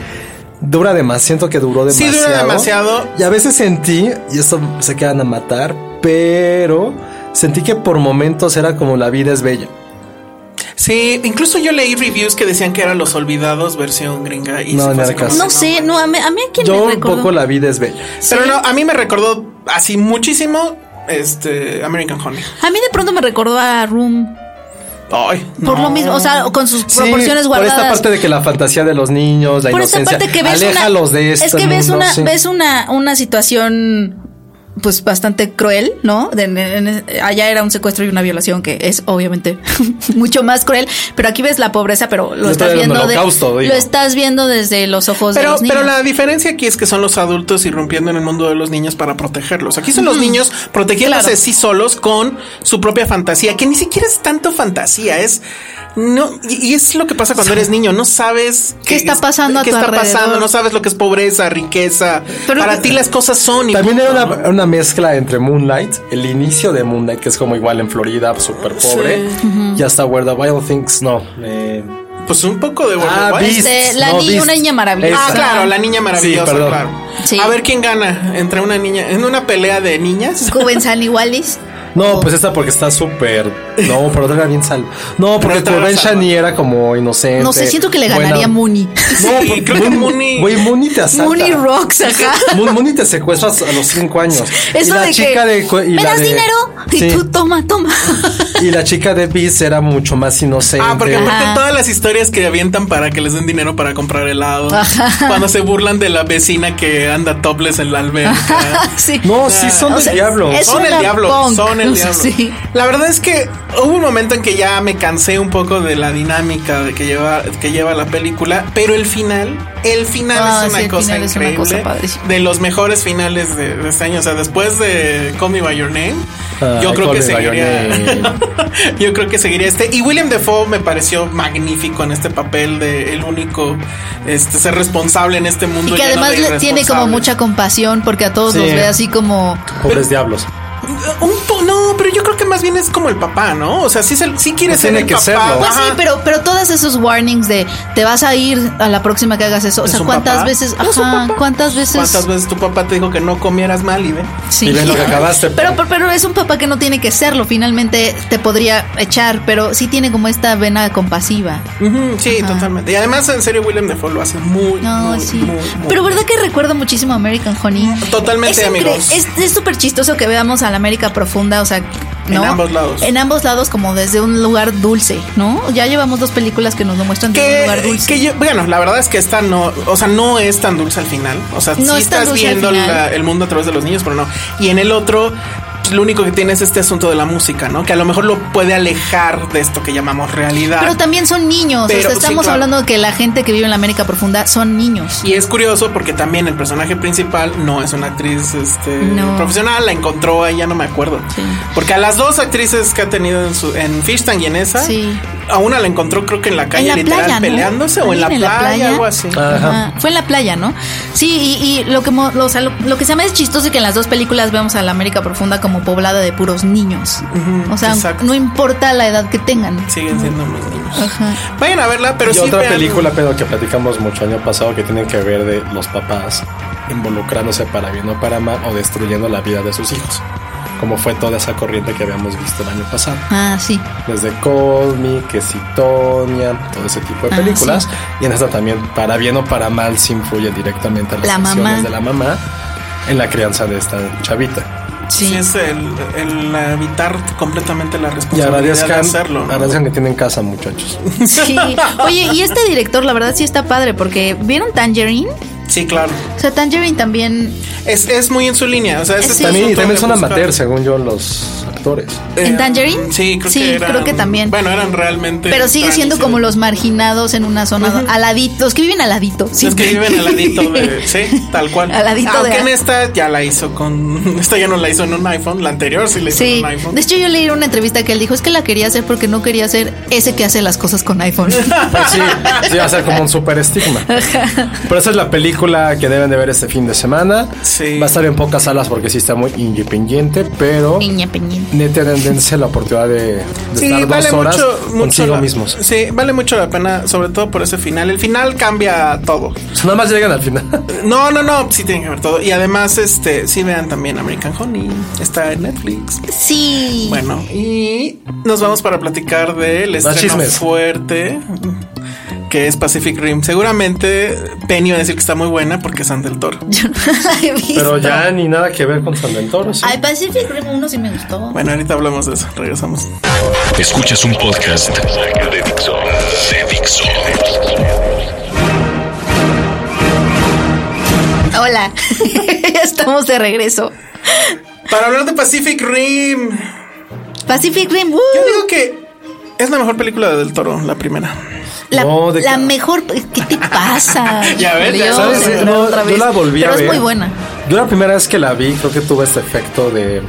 Speaker 3: dura demasiado. Siento que duró
Speaker 5: Sí,
Speaker 3: demasiado.
Speaker 5: dura demasiado.
Speaker 3: Y a veces sentí, y esto se quedan a matar, pero sentí que por momentos era como la vida es bella.
Speaker 5: Sí, incluso yo leí reviews que decían que era Los Olvidados versión gringa. Y
Speaker 3: No,
Speaker 5: se fue
Speaker 3: ni
Speaker 5: así
Speaker 3: al
Speaker 5: como,
Speaker 3: caso.
Speaker 4: No sé, no, a mí, a mí a quién
Speaker 3: Yo
Speaker 4: me
Speaker 3: un
Speaker 4: recordó.
Speaker 3: poco la vida es bella.
Speaker 5: Pero no, a mí me recordó así muchísimo este American Honey.
Speaker 4: A mí de pronto me recordó a Room.
Speaker 5: Ay,
Speaker 4: Por
Speaker 5: no.
Speaker 4: lo mismo, o sea, con sus
Speaker 3: Sí,
Speaker 4: proporciones
Speaker 3: por
Speaker 4: guardadas.
Speaker 3: esta parte de que la fantasía de los niños, la
Speaker 4: Por esa
Speaker 3: inocencia,
Speaker 4: parte que ves
Speaker 3: aléjalos
Speaker 4: una,
Speaker 3: de este esto.
Speaker 4: es que ves una ves una una situación pues bastante cruel, ¿no? De- en- en- allá era un secuestro y una violación que es obviamente mucho más cruel, pero aquí ves la pobreza, pero lo
Speaker 3: Yo
Speaker 4: estás
Speaker 3: estoy en el
Speaker 4: viendo de-
Speaker 3: holocausto, digo.
Speaker 4: lo estás viendo desde los ojos de
Speaker 5: Pero,
Speaker 4: los niños.
Speaker 5: pero la diferencia aquí es que son los adultos irrumpiendo en el mundo de los niños para protegerlos. Aquí son los niños protegiéndose
Speaker 4: Claro.
Speaker 5: sí solos con su propia fantasía, que ni siquiera es tanto fantasía, es no y y es lo que pasa cuando eres niño, no sabes
Speaker 4: ¿Qué está pasando a
Speaker 5: qué
Speaker 4: tu
Speaker 5: está pasando,
Speaker 4: alrededor?
Speaker 5: no sabes lo que es pobreza, riqueza.
Speaker 4: Pero-
Speaker 5: para ti las cosas son y-
Speaker 3: También era una, una mezcla entre Moonlight, el inicio de Moonlight, que es como igual en Florida, súper pobre, y hasta Where the Wild Things, no. eh,
Speaker 5: pues un poco de
Speaker 3: Ah,
Speaker 5: Wild Wild.
Speaker 3: Beast,
Speaker 4: Este, la
Speaker 3: no,
Speaker 4: niña-
Speaker 3: Beast.
Speaker 4: una niña maravillosa.
Speaker 5: Ah,
Speaker 3: Esa.
Speaker 5: claro, la niña maravillosa,
Speaker 3: Sí, perdón.
Speaker 5: claro.
Speaker 4: Sí.
Speaker 5: A ver quién gana entre una niña en una pelea de niñas.
Speaker 4: Cubensan y Wallis.
Speaker 3: No, pues esta porque está súper. No, pero otra era bien sal. No, porque
Speaker 5: Pero otra era
Speaker 3: Coven
Speaker 5: salva.
Speaker 3: Shani era como inocente.
Speaker 4: No sé, siento que le
Speaker 3: buena-
Speaker 4: ganaría Mooney.
Speaker 5: Sí,
Speaker 3: por-
Speaker 5: creo que Mooney-
Speaker 3: Güey, Mooney te asalta.
Speaker 4: Mooney rocks, ajá.
Speaker 3: Moon- Mooney te secuestras a los cinco años.
Speaker 4: Eso
Speaker 3: y la
Speaker 4: de
Speaker 3: chica
Speaker 4: que
Speaker 3: de. cu- y
Speaker 4: me
Speaker 3: la
Speaker 4: das
Speaker 3: de-
Speaker 4: dinero y
Speaker 3: Sí.
Speaker 4: tú toma, toma.
Speaker 3: Y la chica de Beast era mucho más inocente.
Speaker 5: Ah, porque aparte
Speaker 4: Ajá.
Speaker 5: todas las historias que avientan para que les den dinero para comprar helado. Cuando se burlan de la vecina que anda topless en la alberca.
Speaker 4: sí.
Speaker 3: No, sí son
Speaker 4: O
Speaker 3: del
Speaker 4: sea,
Speaker 3: diablo.
Speaker 4: es-
Speaker 5: son el
Speaker 4: una
Speaker 5: diablo,
Speaker 4: punk.
Speaker 5: son el
Speaker 4: O sea,
Speaker 5: diablo.
Speaker 4: sí.
Speaker 5: La verdad es que hubo un momento en que ya me cansé un poco de la dinámica de que lleva que lleva la película, pero el final, el final
Speaker 4: Ah,
Speaker 5: es una
Speaker 4: sí, el
Speaker 5: cosa
Speaker 4: final es una
Speaker 5: increíble,
Speaker 4: cosa padrísima.
Speaker 5: de los mejores finales de, de este año, o sea, después de Call Me by Your Name,
Speaker 3: Ah,
Speaker 5: yo creo
Speaker 3: Call
Speaker 5: que
Speaker 3: Me by Your
Speaker 5: seguiría
Speaker 3: Name.
Speaker 5: Yo creo que seguiría este y William Defoe me pareció magnífico en este papel de el único este ser responsable en este mundo
Speaker 4: Y que
Speaker 5: lleno de
Speaker 4: además le- tiene como
Speaker 5: irresponsables.
Speaker 4: mucha compasión porque a todos
Speaker 3: Sí.
Speaker 4: los ve así como
Speaker 3: Pobres diablos.
Speaker 5: Un po- no, pero yo creo que más bien es como el papá, ¿no? O sea, sí, es el- sí quiere
Speaker 3: Pues
Speaker 5: ser
Speaker 3: tiene
Speaker 5: el
Speaker 3: que
Speaker 5: papá.
Speaker 3: serlo.
Speaker 4: Pues sí,
Speaker 5: Ajá.
Speaker 4: pero, pero todos esos warnings de te vas a ir a la próxima que hagas eso. O
Speaker 5: ¿Es
Speaker 4: sea,
Speaker 5: un
Speaker 4: ¿cuántas
Speaker 5: papá?
Speaker 4: veces?
Speaker 5: ¿Es un
Speaker 4: Ajá,
Speaker 5: papá?
Speaker 4: ¿cuántas veces?
Speaker 5: ¿Cuántas veces tu papá te dijo que no comieras mal y ve?
Speaker 4: Sí.
Speaker 3: Y ve lo que acabaste,
Speaker 4: Pero,
Speaker 3: pero-
Speaker 4: pero, pero es un papá que no tiene que serlo. Finalmente te podría echar, pero sí tiene como esta vena compasiva.
Speaker 5: Ujú, sí, totalmente. Y además, en serio, William Defoe lo hace muy,
Speaker 4: No,
Speaker 5: muy,
Speaker 4: sí.
Speaker 5: muy, muy
Speaker 4: pero verdad
Speaker 5: bien.
Speaker 4: que recuerda muchísimo a American Honey.
Speaker 5: Totalmente,
Speaker 4: es incre-
Speaker 5: amigos.
Speaker 4: Es es súper chistoso que veamos a la América profunda, o sea, ¿no?
Speaker 5: En ambos lados.
Speaker 4: En ambos lados, como desde un lugar dulce, ¿no? Ya llevamos dos películas que nos lo muestran desde un lugar
Speaker 5: Que,
Speaker 4: dulce.
Speaker 5: que yo- bueno, la verdad es que esta no, o sea, no es tan dulce al final. O sea,
Speaker 4: No
Speaker 5: sí
Speaker 4: es tan
Speaker 5: estás
Speaker 4: dulce al
Speaker 5: viendo
Speaker 4: final.
Speaker 5: la- el mundo a través de los niños, pero no. Y en el otro, pues, lo único que tiene es este asunto de la música, ¿no? Que a lo mejor lo puede alejar de esto que llamamos realidad.
Speaker 4: Pero también son niños. o
Speaker 5: Pero,
Speaker 4: sea, estamos
Speaker 5: sí, claro.
Speaker 4: hablando de que la gente que vive en la América profunda son niños.
Speaker 5: Y es curioso porque también el personaje principal no es una actriz este,
Speaker 4: No.
Speaker 5: profesional, la encontró ahí, ya no me acuerdo.
Speaker 4: Sí.
Speaker 5: Porque a las dos actrices que ha tenido en, su, en Fish Tank y en esa,
Speaker 4: Sí.
Speaker 5: a una la encontró creo que en la calle
Speaker 4: en la
Speaker 5: literal
Speaker 4: playa, ¿no?
Speaker 5: peleándose o en la,
Speaker 4: También
Speaker 5: playa, algo así.
Speaker 3: Ajá.
Speaker 4: Ajá. Fue en la playa, ¿no? Sí, y, y lo que mo- lo, o sea, lo- lo que se me hace chistoso es que en las dos películas vemos a la América profunda como poblada de puros niños.
Speaker 5: Ujú,
Speaker 4: o sea,
Speaker 5: exacto.
Speaker 4: no importa la edad que tengan.
Speaker 5: Siguen siendo unos niños.
Speaker 4: Ajá.
Speaker 5: Vayan a verla, pero
Speaker 3: y
Speaker 5: sí
Speaker 3: otra
Speaker 5: vean-
Speaker 3: película, pero que platicamos mucho año pasado, que tiene que ver de los papás involucrándose para bien o para mal o destruyendo la vida de sus hijos. Como fue toda esa corriente que habíamos visto el año pasado.
Speaker 4: Ah, sí.
Speaker 3: Desde Call Me, que si Tonya, todo ese tipo de
Speaker 4: Ah,
Speaker 3: películas.
Speaker 4: sí.
Speaker 3: Y en esta también, para bien o para mal, se influye directamente a las
Speaker 4: La
Speaker 3: acciones
Speaker 4: mamá.
Speaker 3: de la mamá en la crianza de esta chavita.
Speaker 4: Sí.
Speaker 5: Sí, es el, el evitar completamente la
Speaker 3: Y
Speaker 5: responsabilidad de
Speaker 3: agradezcan,
Speaker 5: hacerlo. ¿no?
Speaker 3: agradezcan que tienen casa, muchachos.
Speaker 4: Sí. Oye, y este director, la verdad sí está padre, porque ¿vieron Tangerine?
Speaker 5: Sí, claro.
Speaker 4: O sea, Tangerine también.
Speaker 5: Es, es muy en su línea. O sea, es
Speaker 4: Sí.
Speaker 5: este
Speaker 3: También, y
Speaker 5: asunto
Speaker 3: también
Speaker 5: de
Speaker 3: son
Speaker 5: buscar-
Speaker 3: amateur, según yo, los actores.
Speaker 4: ¿En Tangerine?
Speaker 5: Eh, Sí, creo,
Speaker 4: Sí,
Speaker 5: que eran-
Speaker 4: creo que también.
Speaker 5: Bueno, eran realmente.
Speaker 4: Pero sigue siendo como los marginados en una zona aladito, los que viven aladito.
Speaker 5: Sí, es que viven al ladito de. sí, tal cual.
Speaker 4: Al ladito
Speaker 5: Aunque
Speaker 4: de-
Speaker 5: en esta ya la hizo con. Esta ya no la hizo en un iPhone. La anterior sí la hizo
Speaker 4: Sí,
Speaker 5: en un iPhone.
Speaker 4: de hecho yo leí una entrevista que él dijo es que la quería hacer porque no quería hacer ese que hace las cosas con iPhone.
Speaker 3: Pues sí, sí, va a ser como un super estigma. Pero esa es la película que deben de ver este fin de semana.
Speaker 5: Sí.
Speaker 3: Va a estar en pocas salas porque sí está muy independiente, pero
Speaker 4: Piña, peñín.
Speaker 3: neta dense la oportunidad de, de estar dos horas consigo
Speaker 5: la-
Speaker 3: mismos.
Speaker 5: Sí, vale mucho la pena, sobre todo por ese final. El final cambia todo.
Speaker 3: O sea, nada más llegan al final.
Speaker 5: No, no, no, sí tienen que ver todo. Y además, este, sí vean también American Honey. Está en Netflix.
Speaker 4: Sí.
Speaker 5: Bueno, y nos vamos para platicar del estreno
Speaker 3: chismes.
Speaker 5: fuerte que es Pacific Rim. Seguramente Penny va a decir que está muy buena porque es San del Toro.
Speaker 4: Yo no la he visto.
Speaker 3: Pero ya ni nada que ver con San Ventoros.
Speaker 4: Ay, Pacific Rim 1 sí me gustó.
Speaker 5: Bueno, ahorita hablamos de eso. Regresamos.
Speaker 2: Escuchas un podcast de Dixo. De Dixo.
Speaker 4: Hola, ya estamos de regreso.
Speaker 5: Para hablar de Pacific Rim,
Speaker 4: Pacific Rim, ¡uh!
Speaker 5: yo digo que es la mejor película de del Toro, la primera.
Speaker 4: la,
Speaker 3: No, de
Speaker 4: la
Speaker 3: cara.
Speaker 4: mejor... ¿Qué te pasa?
Speaker 5: Ya ves, ya
Speaker 4: Dios,
Speaker 5: sabes,
Speaker 4: se
Speaker 5: sí,
Speaker 4: entró
Speaker 3: no,
Speaker 4: otra
Speaker 3: yo
Speaker 4: vez.
Speaker 3: la volví
Speaker 4: Pero
Speaker 3: a ver.
Speaker 4: es muy buena.
Speaker 3: Yo la primera vez que la vi, creo que tuve este efecto de.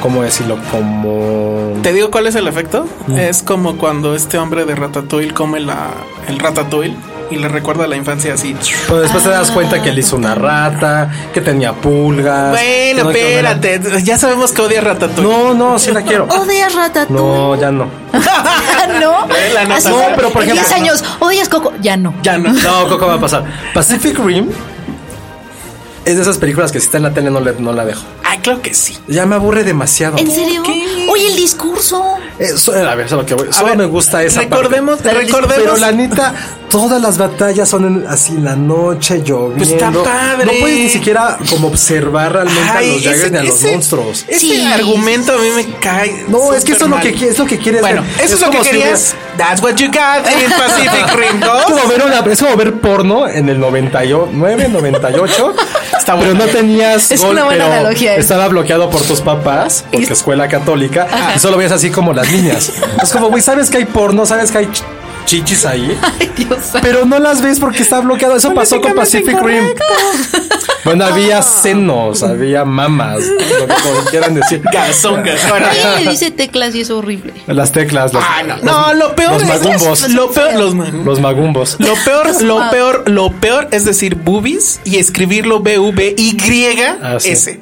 Speaker 3: ¿Cómo decirlo? Como.
Speaker 5: Te digo cuál es el efecto.
Speaker 3: Mm.
Speaker 5: Es como cuando este hombre de Ratatouille come la, el Ratatouille y le recuerda la infancia así.
Speaker 3: Pero después te
Speaker 5: Ah.
Speaker 3: das cuenta que él hizo una rata, que tenía pulgas. Ah, que no-
Speaker 5: Bueno, espérate. Ya sabemos que odia Ratatouille.
Speaker 3: No, no, sí la quiero.
Speaker 4: ¿Odias Ratatouille?
Speaker 3: No, ya no.
Speaker 4: ¿No?
Speaker 5: Vela, no
Speaker 4: Así
Speaker 5: pasa.
Speaker 4: de-
Speaker 3: No, pero por
Speaker 4: en
Speaker 3: ejemplo-
Speaker 4: 10 años, ¿odias Coco? Ya no.
Speaker 5: Ya no.
Speaker 3: No, Coco va a pasar. Pacific Rim es de esas películas que si está en la tele no, le- no la dejo.
Speaker 5: Ay, claro que sí.
Speaker 3: Ya me aburre demasiado.
Speaker 4: ¿En serio?
Speaker 5: qué?
Speaker 4: Oye, el discurso.
Speaker 3: Eh, so- a ver, eso es lo que voy. Solo
Speaker 5: ver,
Speaker 3: me gusta esa parte.
Speaker 5: recordemos-
Speaker 3: Pero-
Speaker 5: recordemos-
Speaker 3: Pero la neta, todas las batallas son en- así en la noche, lloviendo.
Speaker 5: Pues está padre.
Speaker 3: No puedes ni siquiera como observar realmente a los
Speaker 5: Ay,
Speaker 3: Jaggers
Speaker 5: ese-
Speaker 3: ni a los
Speaker 5: ese-
Speaker 3: monstruos.
Speaker 5: Ese
Speaker 4: Sí.
Speaker 5: argumento a mí me cae.
Speaker 3: No, es que eso es lo
Speaker 5: supermal.
Speaker 3: que qui- es lo que quieres
Speaker 5: Bueno,
Speaker 3: ver.
Speaker 5: eso es,
Speaker 3: Es
Speaker 5: lo que
Speaker 3: como si
Speaker 5: querías. That's what you got in Pacific Rim
Speaker 3: Es
Speaker 5: 2.
Speaker 3: como ver, una- es como ver porno en el 99, 98.
Speaker 5: Está
Speaker 3: pero
Speaker 5: bueno.
Speaker 3: no tenías.
Speaker 4: Es una buena
Speaker 3: pero
Speaker 4: analogía. ¿eh?
Speaker 3: Estaba bloqueado por tus papás, porque escuela católica, y solo veías así como las niñas. Es como, güey, sabes que hay porno, sabes que hay ch- chichis ahí,
Speaker 4: Ay, Dios.
Speaker 3: pero no las ves porque está bloqueado. Eso pasó con Pacific Rim. Bueno,
Speaker 4: Ah.
Speaker 3: había senos, había mamas, lo que como quieran decir.
Speaker 5: Gazongas. Ahora,
Speaker 4: Nadie le dice teclas y es horrible.
Speaker 3: Las teclas, los,
Speaker 5: ah, no, no, lo peor
Speaker 3: los
Speaker 5: es.
Speaker 3: magumbos.
Speaker 5: Lo peor, los magumbos.
Speaker 3: los magumbos.
Speaker 5: Lo peor, lo peor, lo peor es decir boobies y escribirlo B V Y
Speaker 3: Ah,
Speaker 5: S.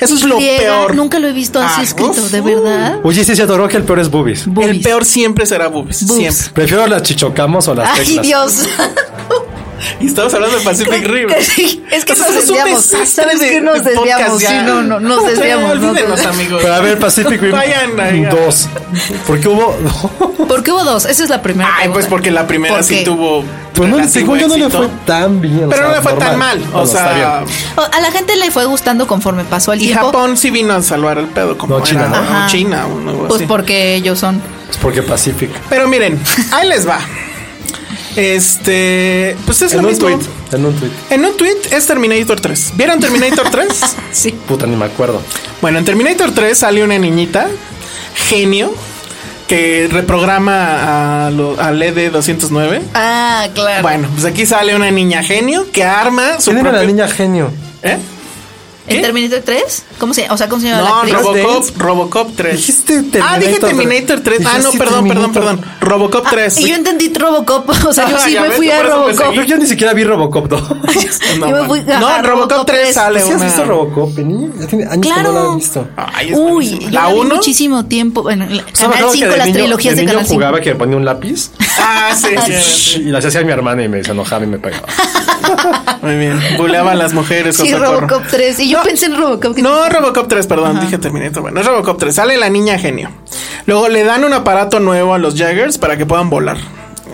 Speaker 5: Eso es lo
Speaker 4: Griega,
Speaker 5: peor.
Speaker 4: Nunca lo he visto así
Speaker 5: Ah,
Speaker 4: escrito,
Speaker 5: uf,
Speaker 4: de
Speaker 5: uh.
Speaker 4: verdad.
Speaker 3: Oye, sí se adoró que el peor es boobies.
Speaker 5: El peor siempre será boobies,
Speaker 4: Boobs.
Speaker 5: siempre.
Speaker 3: Prefiero las chichocamos o las
Speaker 4: Ay,
Speaker 3: teclas.
Speaker 4: Dios.
Speaker 5: Y estamos hablando de Pacific Rim.
Speaker 4: Sí, es que
Speaker 5: Entonces,
Speaker 4: nos
Speaker 5: eso es un
Speaker 4: desviamos.
Speaker 5: desastre
Speaker 4: ¿Sabes
Speaker 5: de-
Speaker 4: qué? Nos
Speaker 5: de podcast
Speaker 4: desviamos.
Speaker 5: ya.
Speaker 4: Sí, no, no, nos
Speaker 5: Ya,
Speaker 4: desviamos. no,
Speaker 5: olvídenos,
Speaker 4: no.
Speaker 5: amigos.
Speaker 3: Pero a ver, Pacific Rim
Speaker 5: Vayan, vayan.
Speaker 3: 2. Porque hubo.
Speaker 4: ¿Por qué hubo dos? Esa es la primera.
Speaker 5: Ay, pues
Speaker 4: pregunta.
Speaker 5: porque la primera
Speaker 4: ¿Por
Speaker 5: sí
Speaker 4: qué?
Speaker 5: tuvo.
Speaker 3: Pues no,
Speaker 5: relativo
Speaker 3: según yo no le
Speaker 5: éxito.
Speaker 3: fue tan bien.
Speaker 5: Pero no le fue tan mal. O sea,
Speaker 4: O- A la gente le fue gustando conforme pasó el
Speaker 5: y
Speaker 4: tiempo.
Speaker 5: Japón sí vino a salvar el pedo como
Speaker 3: No,
Speaker 5: era,
Speaker 3: China, ¿no?
Speaker 5: ¿no?
Speaker 4: Ajá.
Speaker 5: China o algo
Speaker 4: Pues
Speaker 5: así.
Speaker 4: porque ellos son.
Speaker 3: es porque Pacific.
Speaker 5: Pero miren, ahí les va. Este, pues es
Speaker 3: en
Speaker 5: lo
Speaker 3: un
Speaker 5: mismo.
Speaker 3: tweet. En un tweet.
Speaker 5: En un tweet es Terminator 3. ¿Vieron Terminator 3?
Speaker 4: Sí.
Speaker 3: Puta, ni me acuerdo.
Speaker 5: Bueno, en Terminator 3 sale una niñita, genio, que reprograma a lo- al ED-209.
Speaker 4: Ah, claro.
Speaker 5: Bueno, pues aquí sale una niña genio que arma Ah, su
Speaker 3: ¿Quién era la
Speaker 5: propio-
Speaker 3: niña genio?
Speaker 5: ¿Eh?
Speaker 4: ¿En
Speaker 5: ¿qué?
Speaker 4: Terminator 3? ¿Cómo se, o sea, ¿cómo se llama la
Speaker 5: No,
Speaker 4: actriz?
Speaker 5: Robocop, Robocop 3.
Speaker 3: Dijiste
Speaker 5: ah, dije
Speaker 3: Terminator
Speaker 5: Terminator 3. Ah, no,
Speaker 3: Dijiste
Speaker 5: perdón, perdón,
Speaker 3: Terminator.
Speaker 5: perdón. Robocop
Speaker 4: Ah,
Speaker 5: 3.
Speaker 4: Y yo entendí Robocop. O sea, yo
Speaker 5: Ah,
Speaker 4: sí
Speaker 5: ya
Speaker 4: me
Speaker 5: ves,
Speaker 4: fui a
Speaker 5: por eso me
Speaker 4: Robocop.
Speaker 5: seguí.
Speaker 3: Yo, yo ni siquiera vi Robocop 2.
Speaker 5: No,
Speaker 4: yo me
Speaker 5: bueno.
Speaker 4: fui a-
Speaker 5: No,
Speaker 4: a
Speaker 5: en Robocop 3 sale
Speaker 3: ¿Sí has
Speaker 5: una-
Speaker 3: visto Robocop, Penny? Ya tiene años que no la
Speaker 4: Claro.
Speaker 3: he visto.
Speaker 5: Ay, es
Speaker 4: Uy,
Speaker 5: buenísima.
Speaker 4: la
Speaker 5: la 1.
Speaker 4: muchísimo tiempo. Bueno, la-
Speaker 3: Solo me
Speaker 4: Canal
Speaker 3: acuerdo que
Speaker 4: 5,
Speaker 3: de
Speaker 4: las
Speaker 3: niño-
Speaker 4: trilogías de,
Speaker 3: niño
Speaker 4: Canal 5.
Speaker 3: jugaba que me ponía un lápiz
Speaker 5: Ah, sí, sí, sí.
Speaker 3: y las hacía a mi hermana y me se enojaba y me pegaba.
Speaker 5: Muy bien. Buleaba a las mujeres. con
Speaker 4: Sí,
Speaker 5: socorro.
Speaker 4: Robocop 3. Y yo pensé en Robocop. que-
Speaker 5: No, Robocop 3, perdón, dije Terminator. Bueno, es Robocop 3. Sale la niña genio. Luego le dan un aparato nuevo a los Jaggers para que puedan volar.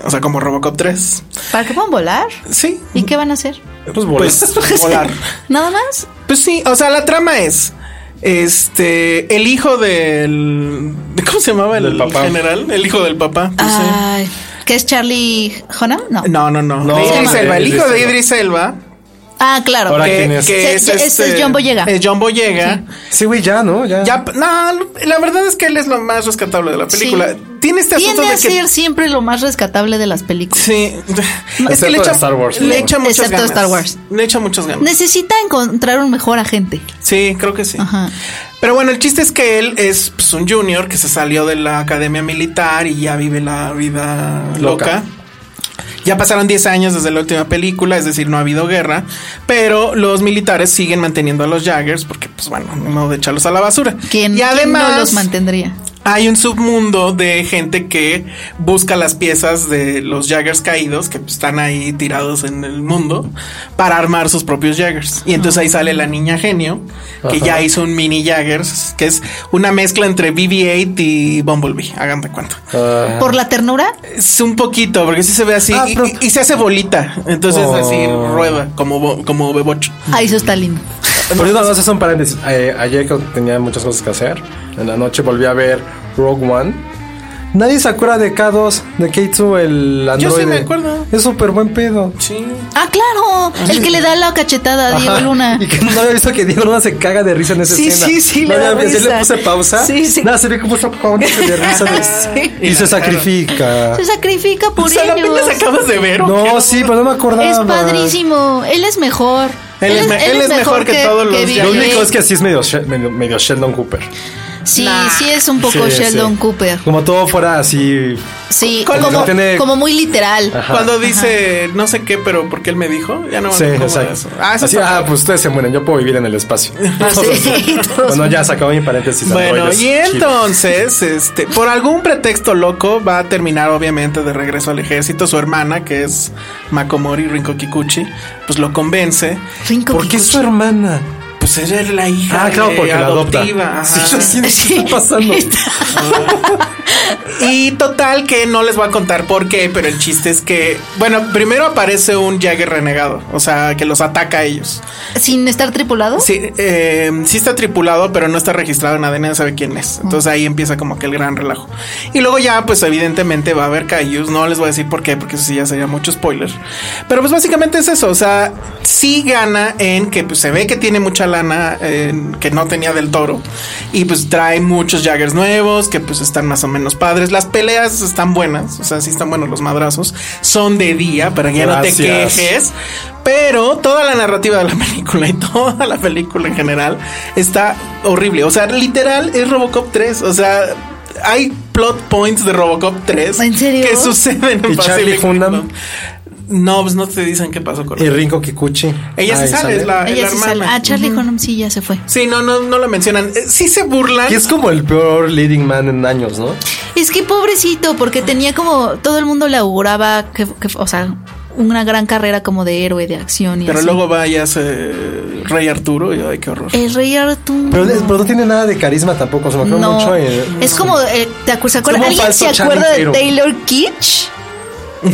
Speaker 5: O sea, como Robocop 3.
Speaker 4: ¿Para qué puedan volar?
Speaker 5: Sí.
Speaker 4: ¿Y qué van a hacer?
Speaker 3: Pues, bolas.
Speaker 5: Pues volar.
Speaker 4: ¿Nada más?
Speaker 5: Pues sí, o sea, la trama es. Este, el hijo del. ¿Cómo se llamaba el
Speaker 3: Del papá.
Speaker 5: general? El hijo del papá. no sé.
Speaker 4: Ay, ¿Qué es Charlie Hunnam? No.
Speaker 5: No, no, no.
Speaker 3: No,
Speaker 5: de Idris
Speaker 3: de
Speaker 5: Elba. El
Speaker 3: Idris
Speaker 5: hijo de
Speaker 3: Elba.
Speaker 5: Idris Elba.
Speaker 4: Ah, claro.
Speaker 3: Ahora,
Speaker 5: que,
Speaker 3: ¿quién es?
Speaker 5: que
Speaker 4: Se-
Speaker 5: es,
Speaker 4: es- es
Speaker 5: este-
Speaker 4: John Boyega.
Speaker 5: Es John Boyega.
Speaker 3: Sí, güey, ya, ¿no? Ya.
Speaker 5: Ya, no, la verdad es que él es lo más rescatable de la película.
Speaker 4: Sí.
Speaker 5: Tiene este asunto
Speaker 4: Tiende
Speaker 5: de
Speaker 4: a
Speaker 5: que.
Speaker 4: ser siempre lo más rescatable de las películas.
Speaker 5: Sí, es
Speaker 3: Excepto
Speaker 5: que le echa,
Speaker 3: Star Wars,
Speaker 5: le
Speaker 3: ¿no?
Speaker 5: echa muchas
Speaker 4: Excepto
Speaker 5: ganas.
Speaker 4: Star Wars.
Speaker 5: Le echa muchas ganas.
Speaker 4: Necesita encontrar un mejor agente.
Speaker 5: Sí, creo que sí.
Speaker 4: Ajá.
Speaker 5: Pero bueno, el chiste es que él es pues, un junior que se salió de la academia militar y ya vive la vida loca.
Speaker 3: Loca.
Speaker 5: Ya pasaron 10 años desde la última película, es decir, no ha habido guerra, pero los militares siguen manteniendo a los Jaggers porque, pues bueno, ni modo de echarlos a la basura.
Speaker 4: ¿Quién,
Speaker 5: y
Speaker 4: quién
Speaker 5: además,
Speaker 4: no los mantendría?
Speaker 5: hay un submundo de gente que busca las piezas de los Jaggers caídos que pues, están ahí tirados en el mundo para armar sus propios Jaggers. Y entonces ahí sale la niña genio que ya hizo un mini Jaggers, que es una mezcla entre BB-8 y Bumblebee. Hagan de cuenta.
Speaker 3: Ah,
Speaker 4: ¿Por la ternura?
Speaker 5: Es un poquito, porque sí se ve así
Speaker 3: Ah,
Speaker 5: y,
Speaker 3: pero-
Speaker 5: y- y se hace bolita. Entonces
Speaker 3: Oh.
Speaker 5: así rueda como, bo- como bebocho.
Speaker 4: Ahí eso está lindo.
Speaker 3: por eso nada más es un paréntesis. Eh, ayer que tenía muchas cosas que hacer, en la noche volví a ver Rogue One. Nadie se acuerda de K2, de K2, el androide.
Speaker 5: sí me acuerdo.
Speaker 3: Es súper buen pedo.
Speaker 5: Sí.
Speaker 4: Ah, claro. El que le da la cachetada a Diego
Speaker 3: Ajá.
Speaker 4: Luna.
Speaker 3: Y que no había visto que Diego Luna se caga de risa en esa
Speaker 4: Sí,
Speaker 3: escena.
Speaker 4: sí, sí,
Speaker 3: No
Speaker 4: le da
Speaker 3: había- sí
Speaker 4: risa.
Speaker 3: le puse pausa.
Speaker 4: Sí, sí.
Speaker 3: Nada, se ve como está cagándose de risa. de- Y se sacrifica.
Speaker 4: Se sacrifica por
Speaker 5: O sea, ¿la
Speaker 4: ellos.
Speaker 5: apenas acabas de ver? o qué?
Speaker 3: No, sí, pero no me acordaba.
Speaker 4: Es padrísimo. Él es mejor.
Speaker 5: Él es me- él es mejor que todos los
Speaker 4: Bill
Speaker 5: ya-
Speaker 3: Lo
Speaker 4: Gates.
Speaker 3: único es que sí es medio, She- medio, medio Sheldon Cooper.
Speaker 4: Sí, sí es un poco
Speaker 3: Sí,
Speaker 4: Sheldon
Speaker 3: sí.
Speaker 4: Cooper.
Speaker 3: Como todo fuera así.
Speaker 4: Sí,
Speaker 5: Con-
Speaker 4: como,
Speaker 3: no tiene-
Speaker 4: como muy literal.
Speaker 5: Cuando dice no sé qué, pero porque él me dijo, ya no me
Speaker 3: Sí,
Speaker 5: acuerdo de
Speaker 3: exacto.
Speaker 5: eso. Ah, eso
Speaker 3: Así,
Speaker 5: está-
Speaker 3: ah, pues ustedes se mueren, yo puedo vivir en el espacio.
Speaker 4: Ah, sí.
Speaker 3: bueno, ya se acabó mi paréntesis.
Speaker 5: Bueno,
Speaker 3: androides.
Speaker 5: y entonces, este, por algún pretexto loco, va a terminar obviamente de regreso al ejército. Su hermana, que es Makomori Rinko Kikuchi, pues lo convence.
Speaker 4: Rinko
Speaker 3: ¿Por qué es su hermana?
Speaker 5: Pues ella es la hija
Speaker 3: Ah, claro,
Speaker 5: de-
Speaker 3: porque la adopta.
Speaker 5: adoptiva.
Speaker 3: Sí,
Speaker 5: ajá.
Speaker 3: yo sí, ¿qué está pasando?
Speaker 5: Y total que no les voy a contar por qué, pero el chiste es que, bueno, primero aparece un Jagger renegado, o sea, que los ataca a ellos.
Speaker 4: Sin estar tripulado.
Speaker 5: Sí, eh, sí está tripulado, pero no está registrado en ADN, nadie sabe quién es. Entonces ahí empieza como que el gran relajo. Y luego ya, pues evidentemente va a haber Cayus. No les voy a decir por qué, porque eso sí ya sería mucho spoiler. Pero pues básicamente es eso. O sea, sí gana en que pues, se ve que tiene mucha lana eh, que no tenía del toro. Y pues trae muchos Jaggers nuevos que pues están más o menos padres. Las peleas están buenas. O sea, sí están buenos los madrazos. Son de día para que ya no te
Speaker 3: Gracias.
Speaker 5: quejes es, pero toda la narrativa de la película y toda la película en general está horrible. O sea, literal es Robocop 3. O sea, hay plot points de Robocop 3
Speaker 4: ¿En serio?
Speaker 5: que suceden en
Speaker 3: ¿Y Charlie
Speaker 5: Pacific
Speaker 3: Hunnam?
Speaker 5: Rim. No, pues no te dicen qué pasó con
Speaker 3: Y
Speaker 5: ella.
Speaker 3: Rinko Kikuchi.
Speaker 5: Ella
Speaker 3: Ahí
Speaker 5: se sale, es la,
Speaker 4: Ella
Speaker 5: es
Speaker 4: se
Speaker 5: la
Speaker 4: sale.
Speaker 5: hermana.
Speaker 4: Ah, Charlie Hunnam sí ya se fue.
Speaker 5: Sí, no, no, no lo mencionan. Eh, Sí se burlan.
Speaker 3: Que es como el peor leading man en años, ¿no?
Speaker 4: Es que pobrecito, porque tenía como todo el mundo le auguraba que, que- o sea, una gran carrera como de héroe de acción y
Speaker 5: Pero
Speaker 4: así.
Speaker 5: luego va y hace Rey Arturo y ay, qué horror.
Speaker 4: el Rey Arturo.
Speaker 3: Pero, pero no tiene nada de carisma tampoco. Se me acuerda
Speaker 4: no,
Speaker 3: mucho. en-
Speaker 4: es como eh, te acu- se acuerda-
Speaker 3: como un
Speaker 4: ¿Alguien se
Speaker 3: falso Channing
Speaker 4: acuerda de
Speaker 3: Tatum.
Speaker 4: Taylor Kitsch?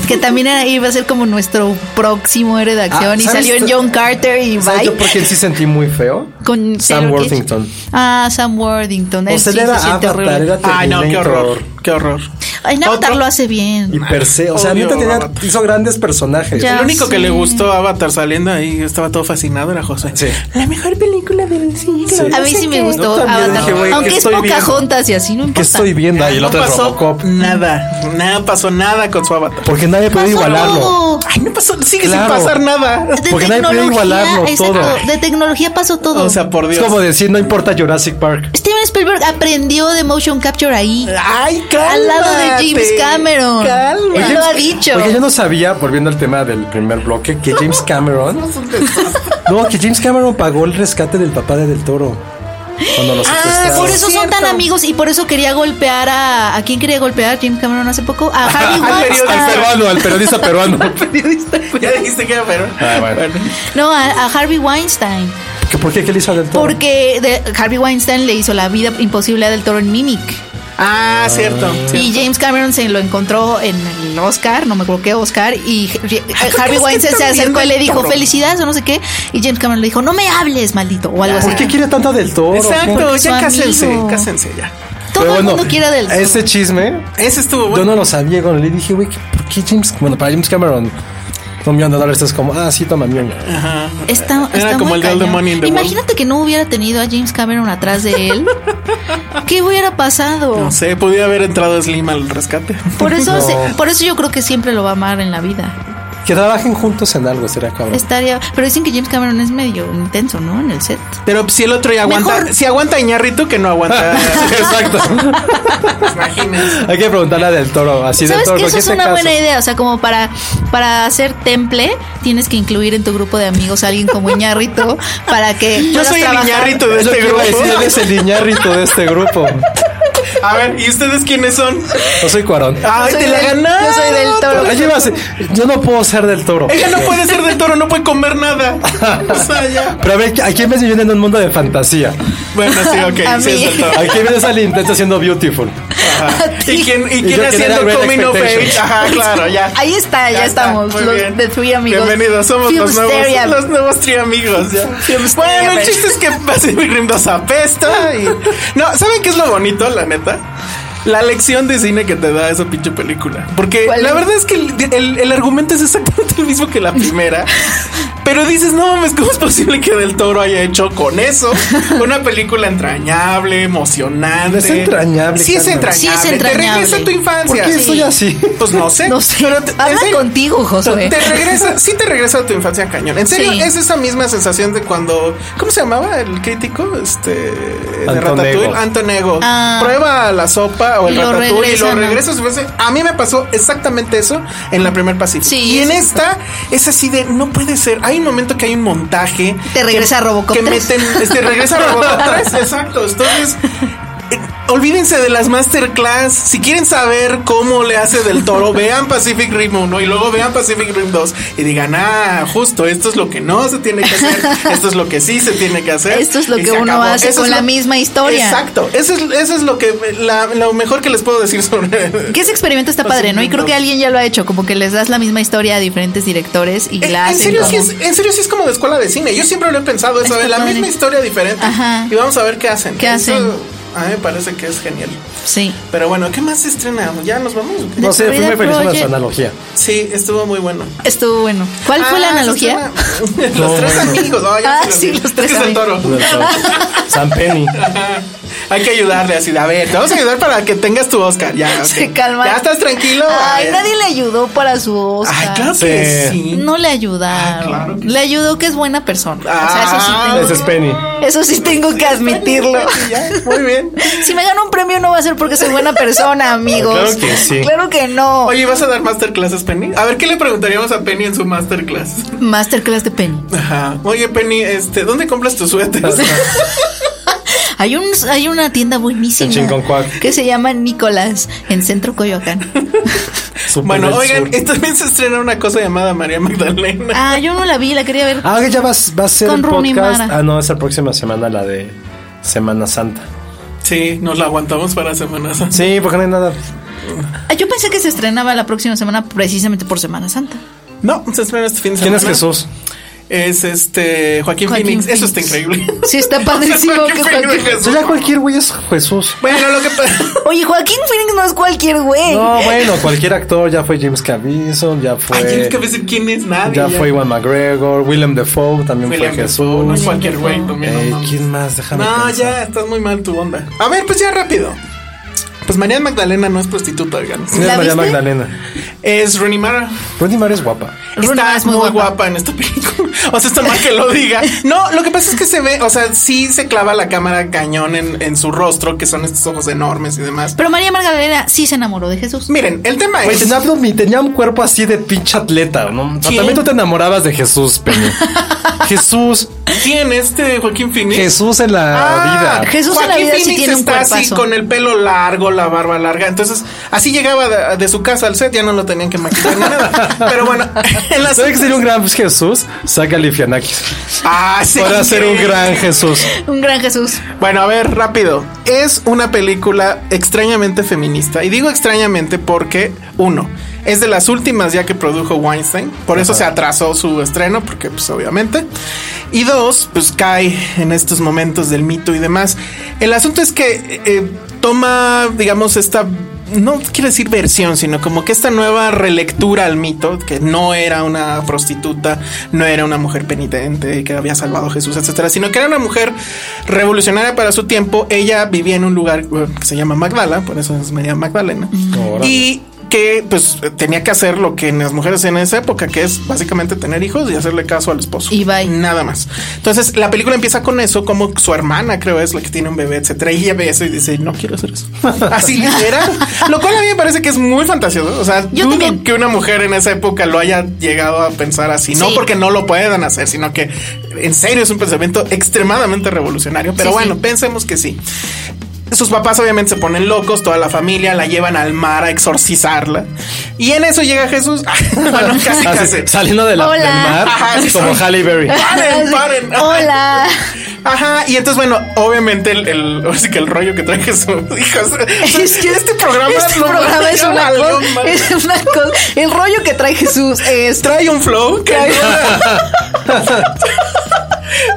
Speaker 4: Que también era- iba a ser como nuestro próximo héroe de acción y
Speaker 3: Ah, ¿sabes
Speaker 4: salió en
Speaker 3: tú-
Speaker 4: John Carter y
Speaker 3: ¿Sabes
Speaker 4: bye
Speaker 3: yo por qué sí sentí muy feo?
Speaker 4: con
Speaker 3: Sam
Speaker 4: Taylor Kitsch.
Speaker 3: Worthington.
Speaker 4: Ah, Sam Worthington.
Speaker 3: O
Speaker 4: él
Speaker 3: sea,
Speaker 4: sí
Speaker 3: él era
Speaker 4: se siente
Speaker 3: Avatar,
Speaker 4: horrible.
Speaker 3: era Terminator.
Speaker 5: Ay, no, qué horror. Qué horror.
Speaker 4: Ay, en Avatar
Speaker 5: Otro-
Speaker 4: lo hace bien.
Speaker 3: Y per se, o sea,
Speaker 5: Odio
Speaker 3: neta tenía-
Speaker 5: Avatar.
Speaker 3: hizo grandes personajes.
Speaker 4: Ya.
Speaker 5: Pues El único que
Speaker 4: sé.
Speaker 5: le gustó a Avatar saliendo ahí estaba todo fascinado era José.
Speaker 3: Sí.
Speaker 5: La mejor película del siglo.
Speaker 4: A mí sí me gustó
Speaker 3: Yo también
Speaker 4: Avatar.
Speaker 3: dije, güey, ¿qué
Speaker 4: Aunque es
Speaker 3: estoy viendo?
Speaker 4: poca juntas y así, no importa.
Speaker 3: Que estoy viendo ahí, el
Speaker 5: No
Speaker 3: otro es
Speaker 5: pasó
Speaker 3: Robocop.
Speaker 5: nada. Nada pasó nada con su Avatar.
Speaker 3: Porque nadie puede
Speaker 4: Pasó
Speaker 3: igualarlo.
Speaker 4: todo.
Speaker 5: Ay, no pasó. Sigue
Speaker 3: Claro.
Speaker 5: sin pasar nada.
Speaker 3: Porque nadie
Speaker 4: De
Speaker 3: puede
Speaker 4: tecnología,
Speaker 3: igualarlo
Speaker 4: exacto,
Speaker 3: todo.
Speaker 4: De tecnología pasó todo.
Speaker 5: O sea, por
Speaker 3: Es
Speaker 5: Dios.
Speaker 3: como decir, no importa Jurassic Park.
Speaker 4: Steven Spielberg aprendió de motion capture ahí.
Speaker 5: Ay, cálmate.
Speaker 4: Al lado de James Cameron.
Speaker 5: Cálmate.
Speaker 4: Él lo ha dicho.
Speaker 3: Porque yo no sabía, volviendo al tema del primer bloque, que James Cameron. no, que James Cameron pagó el rescate del papá de Del Toro. Cuando lo
Speaker 4: Ah, por
Speaker 3: secuestraron.
Speaker 4: eso son tan amigos y por eso quería golpear a. ¿A quién quería golpear? James Cameron hace poco. A Harry
Speaker 5: Al periodista.
Speaker 4: Weinstein.
Speaker 3: Peruano, al periodista peruano.
Speaker 5: Ya dijiste que era pero.
Speaker 3: Ah, bueno.
Speaker 4: No, a, a Harvey Weinstein.
Speaker 3: ¿Que ¿Por qué? ¿Qué le hizo a Del Toro?
Speaker 4: Porque de- Harvey Weinstein le hizo la vida imposible a Del Toro en Mimic.
Speaker 5: Ah, cierto.
Speaker 4: Y James Cameron se lo encontró en el Oscar, no me acuerdo qué Oscar, y J- Harvey
Speaker 5: crees Ah, que
Speaker 4: Weinstein se
Speaker 5: están
Speaker 4: acercó y
Speaker 5: viendo
Speaker 4: le
Speaker 5: el
Speaker 4: dijo
Speaker 5: toro?
Speaker 4: felicidades o no sé qué, y James Cameron le dijo, no me hables, maldito, o algo así.
Speaker 3: ¿Por qué quiere tanto a Del Toro?
Speaker 5: Exacto,
Speaker 4: Su
Speaker 5: ya
Speaker 4: amigo.
Speaker 5: cásense, cásense ya.
Speaker 4: Todo
Speaker 3: Pero
Speaker 4: el
Speaker 3: bueno,
Speaker 4: mundo quiere Del Toro.
Speaker 3: Ese chisme
Speaker 5: Ese estuvo
Speaker 3: Yo
Speaker 5: bueno.
Speaker 3: no lo sabía cuando le dije, güey, ¿por qué James? Bueno, para James Cameron Un millón de dólares es como, ah, sí, toma ñoño.
Speaker 4: Está,
Speaker 5: Era
Speaker 4: está
Speaker 5: como
Speaker 4: muy
Speaker 5: el de All the
Speaker 4: cañón.
Speaker 5: Money in the World.
Speaker 4: Imagínate que no hubiera tenido a James Cameron atrás de él. ¿Qué hubiera pasado?
Speaker 5: No sé, podía haber entrado Slim al rescate.
Speaker 4: Por eso,
Speaker 3: No.
Speaker 4: se- por eso yo creo que siempre lo va a amar en la vida.
Speaker 3: Que trabajen juntos en algo, sería cabrón.
Speaker 4: Estaría, pero dicen que James Cameron es medio intenso, ¿no? En el set.
Speaker 5: Pero si el otro ya aguanta,
Speaker 4: Mejor-
Speaker 5: si aguanta Iñarrito, que no aguanta.
Speaker 3: Exacto.
Speaker 5: Imagínense.
Speaker 3: Hay que preguntarle a Del Toro, así del
Speaker 4: Sabes
Speaker 3: Toro,
Speaker 4: que
Speaker 3: ¿por
Speaker 4: eso
Speaker 3: qué
Speaker 4: es
Speaker 3: te
Speaker 4: una
Speaker 3: casas?
Speaker 4: buena idea, o sea, como para para hacer temple tienes que incluir en tu grupo de amigos a alguien como Iñarrito para que
Speaker 5: Yo
Speaker 4: puedas
Speaker 5: soy el
Speaker 4: trabajar.
Speaker 5: Iñarrito de
Speaker 3: Es lo
Speaker 5: este
Speaker 3: que iba
Speaker 5: grupo.
Speaker 3: a decir, él es el iñarrito de este grupo.
Speaker 5: A ver, ¿y ustedes quiénes son?
Speaker 3: Yo soy Cuarón.
Speaker 5: Ay,
Speaker 4: soy
Speaker 5: te la
Speaker 4: del-
Speaker 5: ganaron.
Speaker 4: yo soy del Toro.
Speaker 3: Ahí llevas- yo no puedo ser del Toro.
Speaker 5: Ella no puede ser del toro, no puede comer nada. O sea, ya.
Speaker 3: Pero a ver, aquí me viene en un mundo de fantasía.
Speaker 5: Bueno, sí,
Speaker 4: A
Speaker 5: ok, sí es
Speaker 4: mí.
Speaker 5: del toro.
Speaker 3: Aquí viene esa intento haciendo beautiful.
Speaker 5: ¿Y quién, y
Speaker 3: Y
Speaker 5: quién
Speaker 3: yo que
Speaker 5: haciendo
Speaker 3: era Great
Speaker 5: coming of age?
Speaker 3: Expectations.
Speaker 5: Ajá, claro, ya.
Speaker 4: Ahí está, ya,
Speaker 5: está,
Speaker 4: estamos,
Speaker 5: muy
Speaker 4: los
Speaker 5: bien.
Speaker 4: de Three Amigos.
Speaker 5: Bienvenidos, somos los
Speaker 4: Filmsteria.
Speaker 5: nuevos, los nuevos Three amigos. ya. Bueno, el chiste es que Pacific Rim 2 apesta y... No, ¿saben qué es lo bonito, la neta? La lección de cine que te da esa pinche película. Porque
Speaker 4: ¿Cuál
Speaker 5: la
Speaker 4: es?
Speaker 5: verdad es que el, el- el argumento es exactamente el mismo que la primera. Pero dices, no mames, ¿cómo es posible que Del Toro haya hecho con eso una película entrañable, emocionante?
Speaker 3: No es entrañable,
Speaker 5: Sí es
Speaker 3: Carmen.
Speaker 5: entrañable.
Speaker 4: Sí es
Speaker 5: Te regresa
Speaker 4: entrañable.
Speaker 5: a tu infancia.
Speaker 3: ¿Por qué soy así?
Speaker 5: Pues no sé.
Speaker 4: No sé.
Speaker 5: te-
Speaker 4: Habla
Speaker 5: en serio,
Speaker 4: contigo, Josué.
Speaker 5: Te regresa, sí te regresa a tu infancia cañón. En serio,
Speaker 4: Sí.
Speaker 5: es esa misma sensación de cuando. ¿Cómo se llamaba el crítico? Este. De
Speaker 3: Anton
Speaker 5: Ratatouille.
Speaker 3: Ego.
Speaker 5: Anton Ego.
Speaker 4: Ah.
Speaker 5: Prueba la sopa o el
Speaker 4: Y lo
Speaker 5: ratatouille y
Speaker 4: regresan,
Speaker 5: lo
Speaker 4: ¿no?
Speaker 5: regresa a su infancia. A mí me pasó exactamente eso en la primer Pacific.
Speaker 4: Sí,
Speaker 5: y en
Speaker 4: sí, sí.
Speaker 5: esta es así de no puede ser. Hay un momento que hay un montaje.
Speaker 4: Te regresa
Speaker 5: que-
Speaker 4: Robocop
Speaker 5: Que
Speaker 4: 3.
Speaker 5: meten. Este regresa Robocop 3. Exacto. Entonces. eh, Olvídense de las masterclass. Si quieren saber cómo le hace del toro, vean Pacific Rim 1 y luego vean Pacific Rim 2 y digan, ah, justo, esto es lo que no se tiene que hacer, esto es lo que sí se tiene que hacer.
Speaker 4: Esto es lo
Speaker 5: y
Speaker 4: que
Speaker 5: se
Speaker 4: uno hace
Speaker 5: Eso
Speaker 4: con
Speaker 5: es
Speaker 4: la misma historia.
Speaker 5: Exacto. Eso es, eso es lo que la- lo mejor que les puedo decir sobre.
Speaker 4: Que ese experimento está
Speaker 5: Los
Speaker 4: padre, ¿no? Y creo
Speaker 5: inventos.
Speaker 4: que alguien ya lo ha hecho, como que les das la misma historia a diferentes directores y
Speaker 5: Eh, En,
Speaker 4: la
Speaker 5: en
Speaker 4: hacen
Speaker 5: serio, sí
Speaker 4: como-
Speaker 5: es, en serio sí es como de escuela de cine. Yo siempre lo he pensado, eso,
Speaker 4: Está
Speaker 5: la
Speaker 4: padre.
Speaker 5: misma historia diferente.
Speaker 4: Ajá.
Speaker 5: Y vamos a ver qué hacen.
Speaker 4: ¿Qué
Speaker 5: Eso
Speaker 4: hacen?
Speaker 5: A mí me parece que es genial.
Speaker 4: Sí.
Speaker 5: Pero bueno, ¿qué más se estrena? ¿Ya nos vamos? o qué?
Speaker 3: No sé, fui muy
Speaker 4: Florida
Speaker 3: feliz con
Speaker 4: Project.
Speaker 3: su analogía.
Speaker 5: Sí, estuvo muy bueno.
Speaker 4: Estuvo bueno. ¿Cuál fue la
Speaker 5: Ah,
Speaker 4: analogía?
Speaker 5: se estrena- los tres amigos. No, ya
Speaker 4: Ah,
Speaker 5: se los
Speaker 4: sí,
Speaker 5: dije.
Speaker 4: los tres
Speaker 5: Es el toro.
Speaker 4: amigos.
Speaker 3: San Penny.
Speaker 5: Hay que ayudarle así. de, A ver, te vamos a ayudar para que tengas tu Oscar. Ya,
Speaker 4: Se
Speaker 5: ok.
Speaker 4: calma.
Speaker 5: Ya estás tranquilo.
Speaker 4: Ay,
Speaker 5: A ver.
Speaker 4: nadie le ayudó para su Oscar.
Speaker 5: Ay, claro que
Speaker 3: Sí.
Speaker 5: sí.
Speaker 4: No le ayudaron.
Speaker 5: Ah, claro que
Speaker 4: Le ayudó que es buena persona. O sea, eso sí
Speaker 5: Ah,
Speaker 4: tengo,
Speaker 3: Ese es Penny.
Speaker 4: eso sí tengo que admitirlo.
Speaker 5: Ya, muy bien.
Speaker 4: Si me gano un premio no va a ser porque soy buena persona, amigos.
Speaker 3: Claro que sí.
Speaker 4: Claro que no.
Speaker 5: Oye, ¿vas a dar masterclasses, Penny? A ver, ¿qué le preguntaríamos a Penny en su masterclass?
Speaker 4: Masterclass de Penny.
Speaker 5: Ajá. Oye, Penny, este, ¿dónde compras tus suéteres?
Speaker 4: Hay un hay una tienda buenísima
Speaker 3: En Chinconcuac.
Speaker 4: que se llama Nicolás en Centro Coyoacán.
Speaker 3: Super
Speaker 5: bueno,
Speaker 3: del
Speaker 5: oigan,
Speaker 3: sur.
Speaker 5: eh, también se estrena una cosa llamada María Magdalena.
Speaker 4: Ah, yo no la vi, la quería ver.
Speaker 3: Ah, ok, ya vas, va a ser
Speaker 4: Con
Speaker 3: el
Speaker 4: Rooney
Speaker 3: podcast.
Speaker 4: Mara.
Speaker 3: Ah, no, es la próxima semana la de Semana Santa.
Speaker 5: Sí, nos la aguantamos para Semana Santa.
Speaker 3: Sí, porque no hay nada.
Speaker 4: Ah, Yo pensé que se estrenaba la próxima semana precisamente por Semana Santa.
Speaker 5: No, se estrena este fin de
Speaker 3: ¿Quién
Speaker 5: semana.
Speaker 3: es Jesús?
Speaker 5: Es este Joaquín,
Speaker 4: Joaquín
Speaker 5: Phoenix.
Speaker 4: Phoenix.
Speaker 5: Eso está increíble.
Speaker 4: Sí, está padrísimo
Speaker 5: Joaquín
Speaker 4: que
Speaker 5: Phoenix
Speaker 4: Joaquín-
Speaker 5: Jesús.
Speaker 3: Yo ya cualquier güey es Jesús.
Speaker 5: Bueno, lo que pasa.
Speaker 4: Oye, Joaquín Phoenix no es cualquier güey.
Speaker 3: No, bueno, cualquier actor. Ya fue James Caviezel, ya fue.
Speaker 5: Ay, tienes que decir quién es nadie.
Speaker 3: Ya fue Iwan McGregor, Willem Dafoe también
Speaker 5: William
Speaker 3: fue Jesús.
Speaker 5: Dafoe, No es cualquier güey también.
Speaker 3: Eh,
Speaker 5: no mames.
Speaker 3: ¿Quién más? Déjame.
Speaker 5: No,
Speaker 3: pensar.
Speaker 5: ya, estás muy mal tu onda. A ver, pues ya rápido. Pues María Magdalena no es prostituta, oigan.
Speaker 3: ¿Quién es
Speaker 4: ¿La
Speaker 3: María
Speaker 4: viste?
Speaker 3: Magdalena?
Speaker 5: Es Rooney Mara.
Speaker 3: Rooney Mara es guapa.
Speaker 4: Rooney
Speaker 5: Está
Speaker 4: Mara es
Speaker 5: muy
Speaker 4: muy
Speaker 5: guapa.
Speaker 4: guapa.
Speaker 5: en esta película. O sea, está mal que lo diga. No, lo que pasa es que se ve, o sea, sí se clava la cámara cañón en, en su rostro, que son estos ojos enormes y demás.
Speaker 4: Pero María Magdalena sí se enamoró de Jesús.
Speaker 5: Miren, el tema
Speaker 3: Güey,
Speaker 5: es.
Speaker 3: tenía, abdomen- tenía un cuerpo así de pinche atleta, ¿no? O sea,
Speaker 5: ¿Quién?
Speaker 3: también tú te enamorabas de Jesús, Peña. Jesús,
Speaker 5: ¿Quién este Joaquín Phoenix?
Speaker 3: Jesús en la
Speaker 5: Ah,
Speaker 3: vida.
Speaker 4: Jesús en la
Speaker 5: Joaquín
Speaker 4: vida sí
Speaker 5: Phoenix
Speaker 4: tiene un
Speaker 5: está así
Speaker 4: cuerpazo.
Speaker 5: con el pelo largo, la barba larga. Entonces, así llegaba de, de su casa al set, ya no lo tenían que maquillar ni nada. Pero bueno, en la
Speaker 3: ¿Sabes que sería un gran Jesús? Saca Lifianakis.
Speaker 5: Ah, sí.
Speaker 3: Para ser un
Speaker 5: increíble.
Speaker 3: gran Jesús.
Speaker 4: Un gran Jesús.
Speaker 5: Bueno, a ver, rápido. Es una película extrañamente feminista. Y digo extrañamente porque, uno, es de las últimas ya que produjo Weinstein. Por eso se atrasó su estreno, porque pues obviamente. Y dos, pues cae en estos momentos del mito y demás. El asunto es que eh, toma, eh, digamos, esta no quiero decir versión, sino como que esta nueva relectura al mito, que no era una prostituta, no era una mujer penitente que había salvado a Jesús, etcétera, sino que era una mujer revolucionaria para su tiempo. Ella vivía en un lugar eh, que se llama Magdala, por eso es María Magdalena. Y que pues tenía que hacer lo que las mujeres en esa época, que es básicamente tener hijos y hacerle caso al esposo.
Speaker 4: Y bye.
Speaker 5: Nada más. Entonces la película empieza con eso, como su hermana creo es la que tiene un bebé, etcétera, y ella ve eso y dice, no quiero hacer eso. Así literal. lo cual a mí me parece que es muy fantasioso. O sea,
Speaker 4: Yo
Speaker 5: dudo
Speaker 4: también.
Speaker 5: que una mujer en esa época lo haya llegado a pensar así. No
Speaker 4: Sí.
Speaker 5: porque no lo puedan hacer, sino que en serio es un pensamiento extremadamente revolucionario. Pero
Speaker 4: Sí,
Speaker 5: bueno,
Speaker 4: sí.
Speaker 5: pensemos que sí. Sus papás obviamente se ponen locos, toda la familia la llevan al mar a exorcizarla. Y en eso llega Jesús. bueno, casi,
Speaker 3: Ah, sí,
Speaker 5: casi.
Speaker 3: saliendo de la-
Speaker 4: Hola.
Speaker 3: del mar
Speaker 5: Ajá, sí,
Speaker 3: como
Speaker 5: sí.
Speaker 3: Halle Berry.
Speaker 5: Paren, paren.
Speaker 4: Hola.
Speaker 5: Ajá, y entonces, bueno, obviamente el, el, ahora sí que el rollo que trae Jesús. Hijos, es que este programa,
Speaker 4: Este
Speaker 5: lo-
Speaker 4: programa es
Speaker 5: ya
Speaker 4: una,
Speaker 5: valió
Speaker 4: cosa-
Speaker 5: madre.
Speaker 4: es una cosa. El rollo que trae Jesús es.
Speaker 5: trae un flow que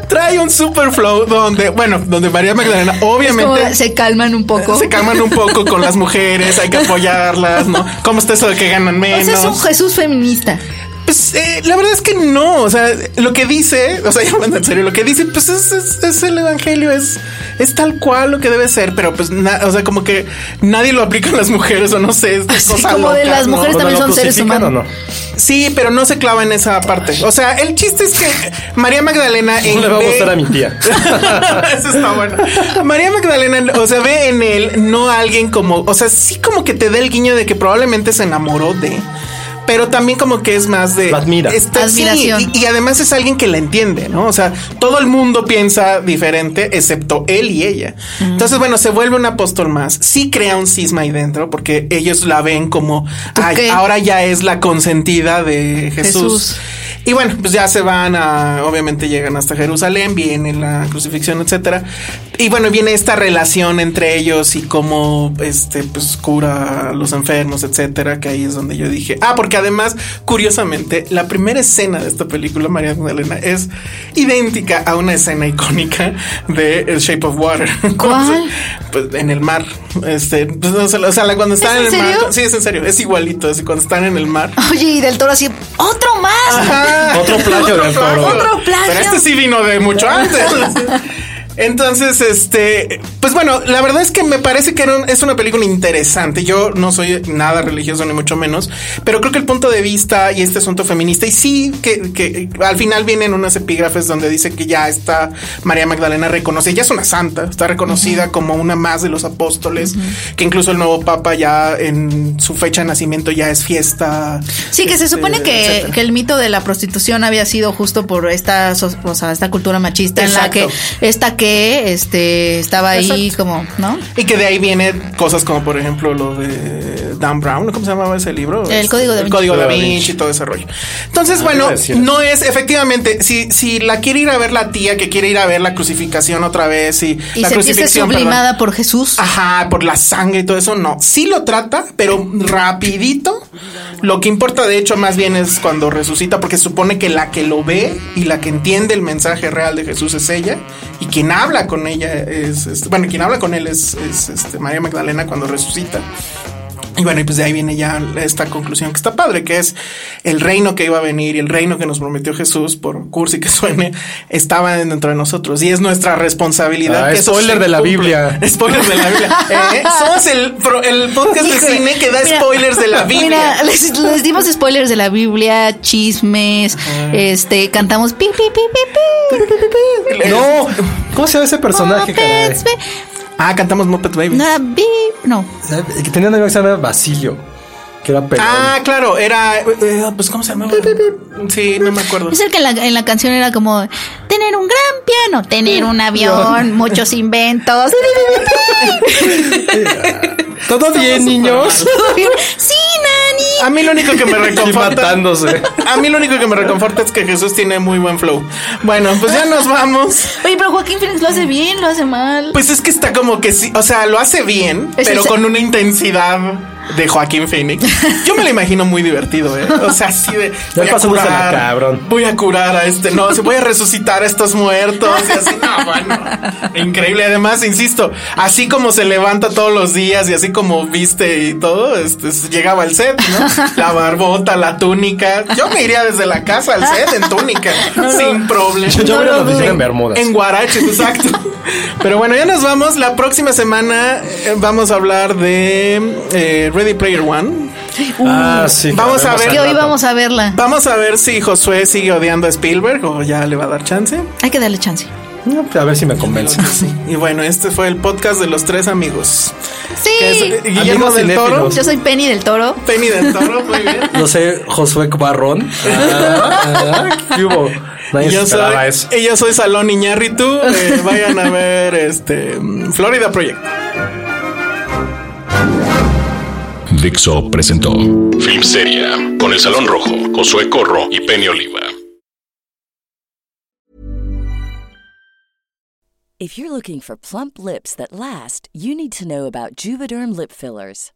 Speaker 5: trae un super flow donde bueno donde María Magdalena
Speaker 4: es como
Speaker 5: obviamente
Speaker 4: se calman un poco.
Speaker 5: se calman un poco con las mujeres hay que apoyarlas no cómo está eso de que ganan
Speaker 4: O
Speaker 5: menos
Speaker 4: sea, es un Jesús feminista.
Speaker 5: Pues eh, la verdad es que no, o sea, lo que dice, o sea, ya hablando en serio, lo que dice, pues es, es- es el evangelio, es, es tal cual lo que debe ser, pero pues, na- o sea, como que nadie lo aplica a las mujeres, o no sé, es
Speaker 4: Así
Speaker 5: cosa
Speaker 4: Ah, como de
Speaker 5: loca,
Speaker 4: las
Speaker 5: ¿no?
Speaker 4: mujeres
Speaker 3: ¿Cuándo
Speaker 4: también
Speaker 3: lo
Speaker 4: son seres
Speaker 3: crucifican
Speaker 4: humanos.
Speaker 3: o no?
Speaker 5: Sí, pero no se clava en esa parte. O sea, el chiste es que María Magdalena en
Speaker 3: No le va a
Speaker 5: ve-
Speaker 3: gustar a mi tía.
Speaker 5: Eso está bueno. María Magdalena, o sea, ve en él no a alguien como, o sea, sí como que te da el guiño de que probablemente se enamoró de, pero también como que es más de
Speaker 3: Lo admira.
Speaker 5: Está- sí,
Speaker 4: Admiración.
Speaker 5: y, y además es alguien que la entiende, ¿no? O sea, todo el mundo piensa diferente excepto él y ella.
Speaker 4: Mm.
Speaker 5: Entonces, bueno, se vuelve un apóstol más. Sí crea un cisma ahí dentro porque ellos la ven como, "Ay,
Speaker 4: Ok.
Speaker 5: ahora ya es la consentida de Jesús.
Speaker 4: Jesús.
Speaker 5: Y bueno, pues ya se van a, obviamente llegan hasta Jerusalén, viene la crucifixión, etcétera. Y bueno, viene esta relación entre ellos y cómo este pues cura a los enfermos, etcétera, que ahí es donde yo dije, ah, porque además, curiosamente, la primera escena de esta película María Magdalena es idéntica a una escena icónica de El Shape of Water.
Speaker 4: ¿Cuál?
Speaker 5: pues en el mar. Este, pues, no sé, o sea, la- cuando están en
Speaker 4: ¿Es
Speaker 5: el
Speaker 4: en
Speaker 5: mar,
Speaker 4: serio?
Speaker 5: sí, es en serio, es igualito, es cuando están en el mar.
Speaker 4: Oye, y del toro así. ¡Otro más!
Speaker 5: Ajá.
Speaker 3: Otro plagio del toro.
Speaker 4: Otro plagio.
Speaker 5: Pero este sí vino de mucho antes. Entonces, este, pues bueno, la verdad es que me parece que era un- es una película interesante. Yo no soy nada religioso ni mucho menos, pero creo que el punto de vista y este asunto feminista, y sí que, que al final vienen unas epígrafes donde dice que ya está María Magdalena reconoce, ya es una santa, está reconocida como una más de los apóstoles, que incluso el nuevo papa ya en su fecha de nacimiento ya es fiesta.
Speaker 4: Sí, que se
Speaker 5: este,
Speaker 4: supone que,
Speaker 5: etcétera.
Speaker 4: que el mito de la prostitución había sido justo por esta, so- o sea, esta cultura machista en la
Speaker 5: Exacto.
Speaker 4: que esta que este estaba ahí
Speaker 5: Exacto.
Speaker 4: como, ¿no?
Speaker 5: Y que de ahí viene cosas como, por ejemplo, lo de Dan Brown, ¿cómo se llamaba ese libro? Este,
Speaker 4: El Código da
Speaker 5: El
Speaker 4: Vinci.
Speaker 5: Código da
Speaker 3: Código da
Speaker 5: Vinci
Speaker 3: Vinci.
Speaker 5: y todo ese rollo. Entonces, bueno,
Speaker 3: iba a decir
Speaker 5: no es, efectivamente, si, si la quiere ir a ver la tía, que quiere ir a ver la crucificación otra vez y,
Speaker 4: Y
Speaker 5: la
Speaker 4: sentirse
Speaker 5: crucifixión.
Speaker 4: sublimada
Speaker 5: perdón.
Speaker 4: por Jesús.
Speaker 5: Ajá, por la sangre y todo eso, no. Sí lo trata, pero rapidito. Lo que importa, de hecho, más bien es cuando resucita, porque se supone que la que lo ve y la que entiende el mensaje real de Jesús es ella, y quien habla con ella es, este, bueno, quien habla con él es, es, este, María Magdalena cuando resucita. Y bueno, y pues de ahí viene ya esta conclusión que está padre, que es el reino que iba a venir y el reino que nos prometió Jesús, por cursi que suene, estaba dentro de nosotros y es nuestra responsabilidad.
Speaker 3: Ah,
Speaker 5: que eso
Speaker 3: spoiler
Speaker 5: se
Speaker 3: de la
Speaker 5: cumpla.
Speaker 3: Biblia.
Speaker 5: Spoilers de la Biblia. ¿Eh? Somos el, pro- el podcast de
Speaker 4: Híjole,
Speaker 5: cine que da
Speaker 4: mira,
Speaker 5: spoilers de la Biblia.
Speaker 4: Mira, les, les dimos spoilers de la Biblia, chismes, este, cantamos pi pi pi pi pi, pi, pi, pi, pi.
Speaker 3: No, ¿cómo se llama ese personaje, caray?
Speaker 4: Mopeds, ve-
Speaker 5: Ah, cantamos Muppet Baby.
Speaker 4: no, bi- no.
Speaker 3: Que tenía un amigo que se llamaba Basilio, que era pelón.
Speaker 5: Ah, claro, era. eh, eh, pues, ¿cómo se llamaba? Sí, no me acuerdo.
Speaker 4: Es el que en la, en la canción era como tener un gran piano, tener un avión, muchos inventos.
Speaker 3: ¿Todo bien, niños?
Speaker 4: sí, Nani.
Speaker 5: A mí lo único que me
Speaker 3: Aquí
Speaker 5: reconforta.
Speaker 3: matándose.
Speaker 5: A mí lo único que me reconforta es que Jesús tiene muy buen flow. Bueno, pues ya nos vamos.
Speaker 4: Oye, pero Joaquín Phoenix lo hace bien, lo hace mal.
Speaker 5: Pues es que está como que sí, o sea, lo hace bien,
Speaker 4: Es
Speaker 5: pero
Speaker 4: el-
Speaker 5: con una intensidad de Joaquín Phoenix. Yo me lo imagino muy divertido, ¿eh? O sea, así de. Voy a,
Speaker 3: pasó un
Speaker 5: curar,
Speaker 3: sanacabrón.
Speaker 5: voy a curar a este. No, sí, voy a resucitar a estos muertos. Y así, no, bueno. Increíble. Además, insisto, así como se levanta todos los días y así como viste y todo, este, s- llegaba al set, ¿no? La barbota, la túnica. Yo me iría desde la casa al set en túnica, sin problema.
Speaker 3: Yo- yo me lo dije en
Speaker 5: En-
Speaker 3: Bermudas.
Speaker 5: En guaraches, exacto. Pero bueno, ya nos vamos. La próxima semana eh, vamos a hablar de eh, Ready Player One.
Speaker 3: Ah, sí. que
Speaker 5: Vamos a
Speaker 3: hablemos
Speaker 5: ver-
Speaker 3: al
Speaker 4: Que hoy
Speaker 3: rato.
Speaker 4: vamos a verla.
Speaker 5: Vamos a ver si Josué sigue odiando a Spielberg o ya le va a dar chance.
Speaker 4: Hay que darle chance.
Speaker 3: No, pues, A ver si me convence.
Speaker 5: Y bueno, este fue el podcast de los tres amigos. Que es,
Speaker 4: Sí.
Speaker 5: eh, Guillermo
Speaker 3: Amigos
Speaker 5: del Toro,
Speaker 3: cinéfilos.
Speaker 4: Yo soy Penny del Toro.
Speaker 5: Penny del Toro, muy bien.
Speaker 3: Yo sé Josué Barrón. Ah, ah, ¿Qué hubo? Nadie
Speaker 5: Y
Speaker 3: se
Speaker 5: yo, soy,
Speaker 3: esperaba eso.
Speaker 5: y yo soy Salón Iñárritu. Eh, vayan a ver este mm, Florida Project.
Speaker 2: Dixo presentó Film Seria con El Salón Rojo, Josué Corro y Penny Oliva.
Speaker 6: If you're looking for plump lips that last, you need to know about Juvederm lip fillers.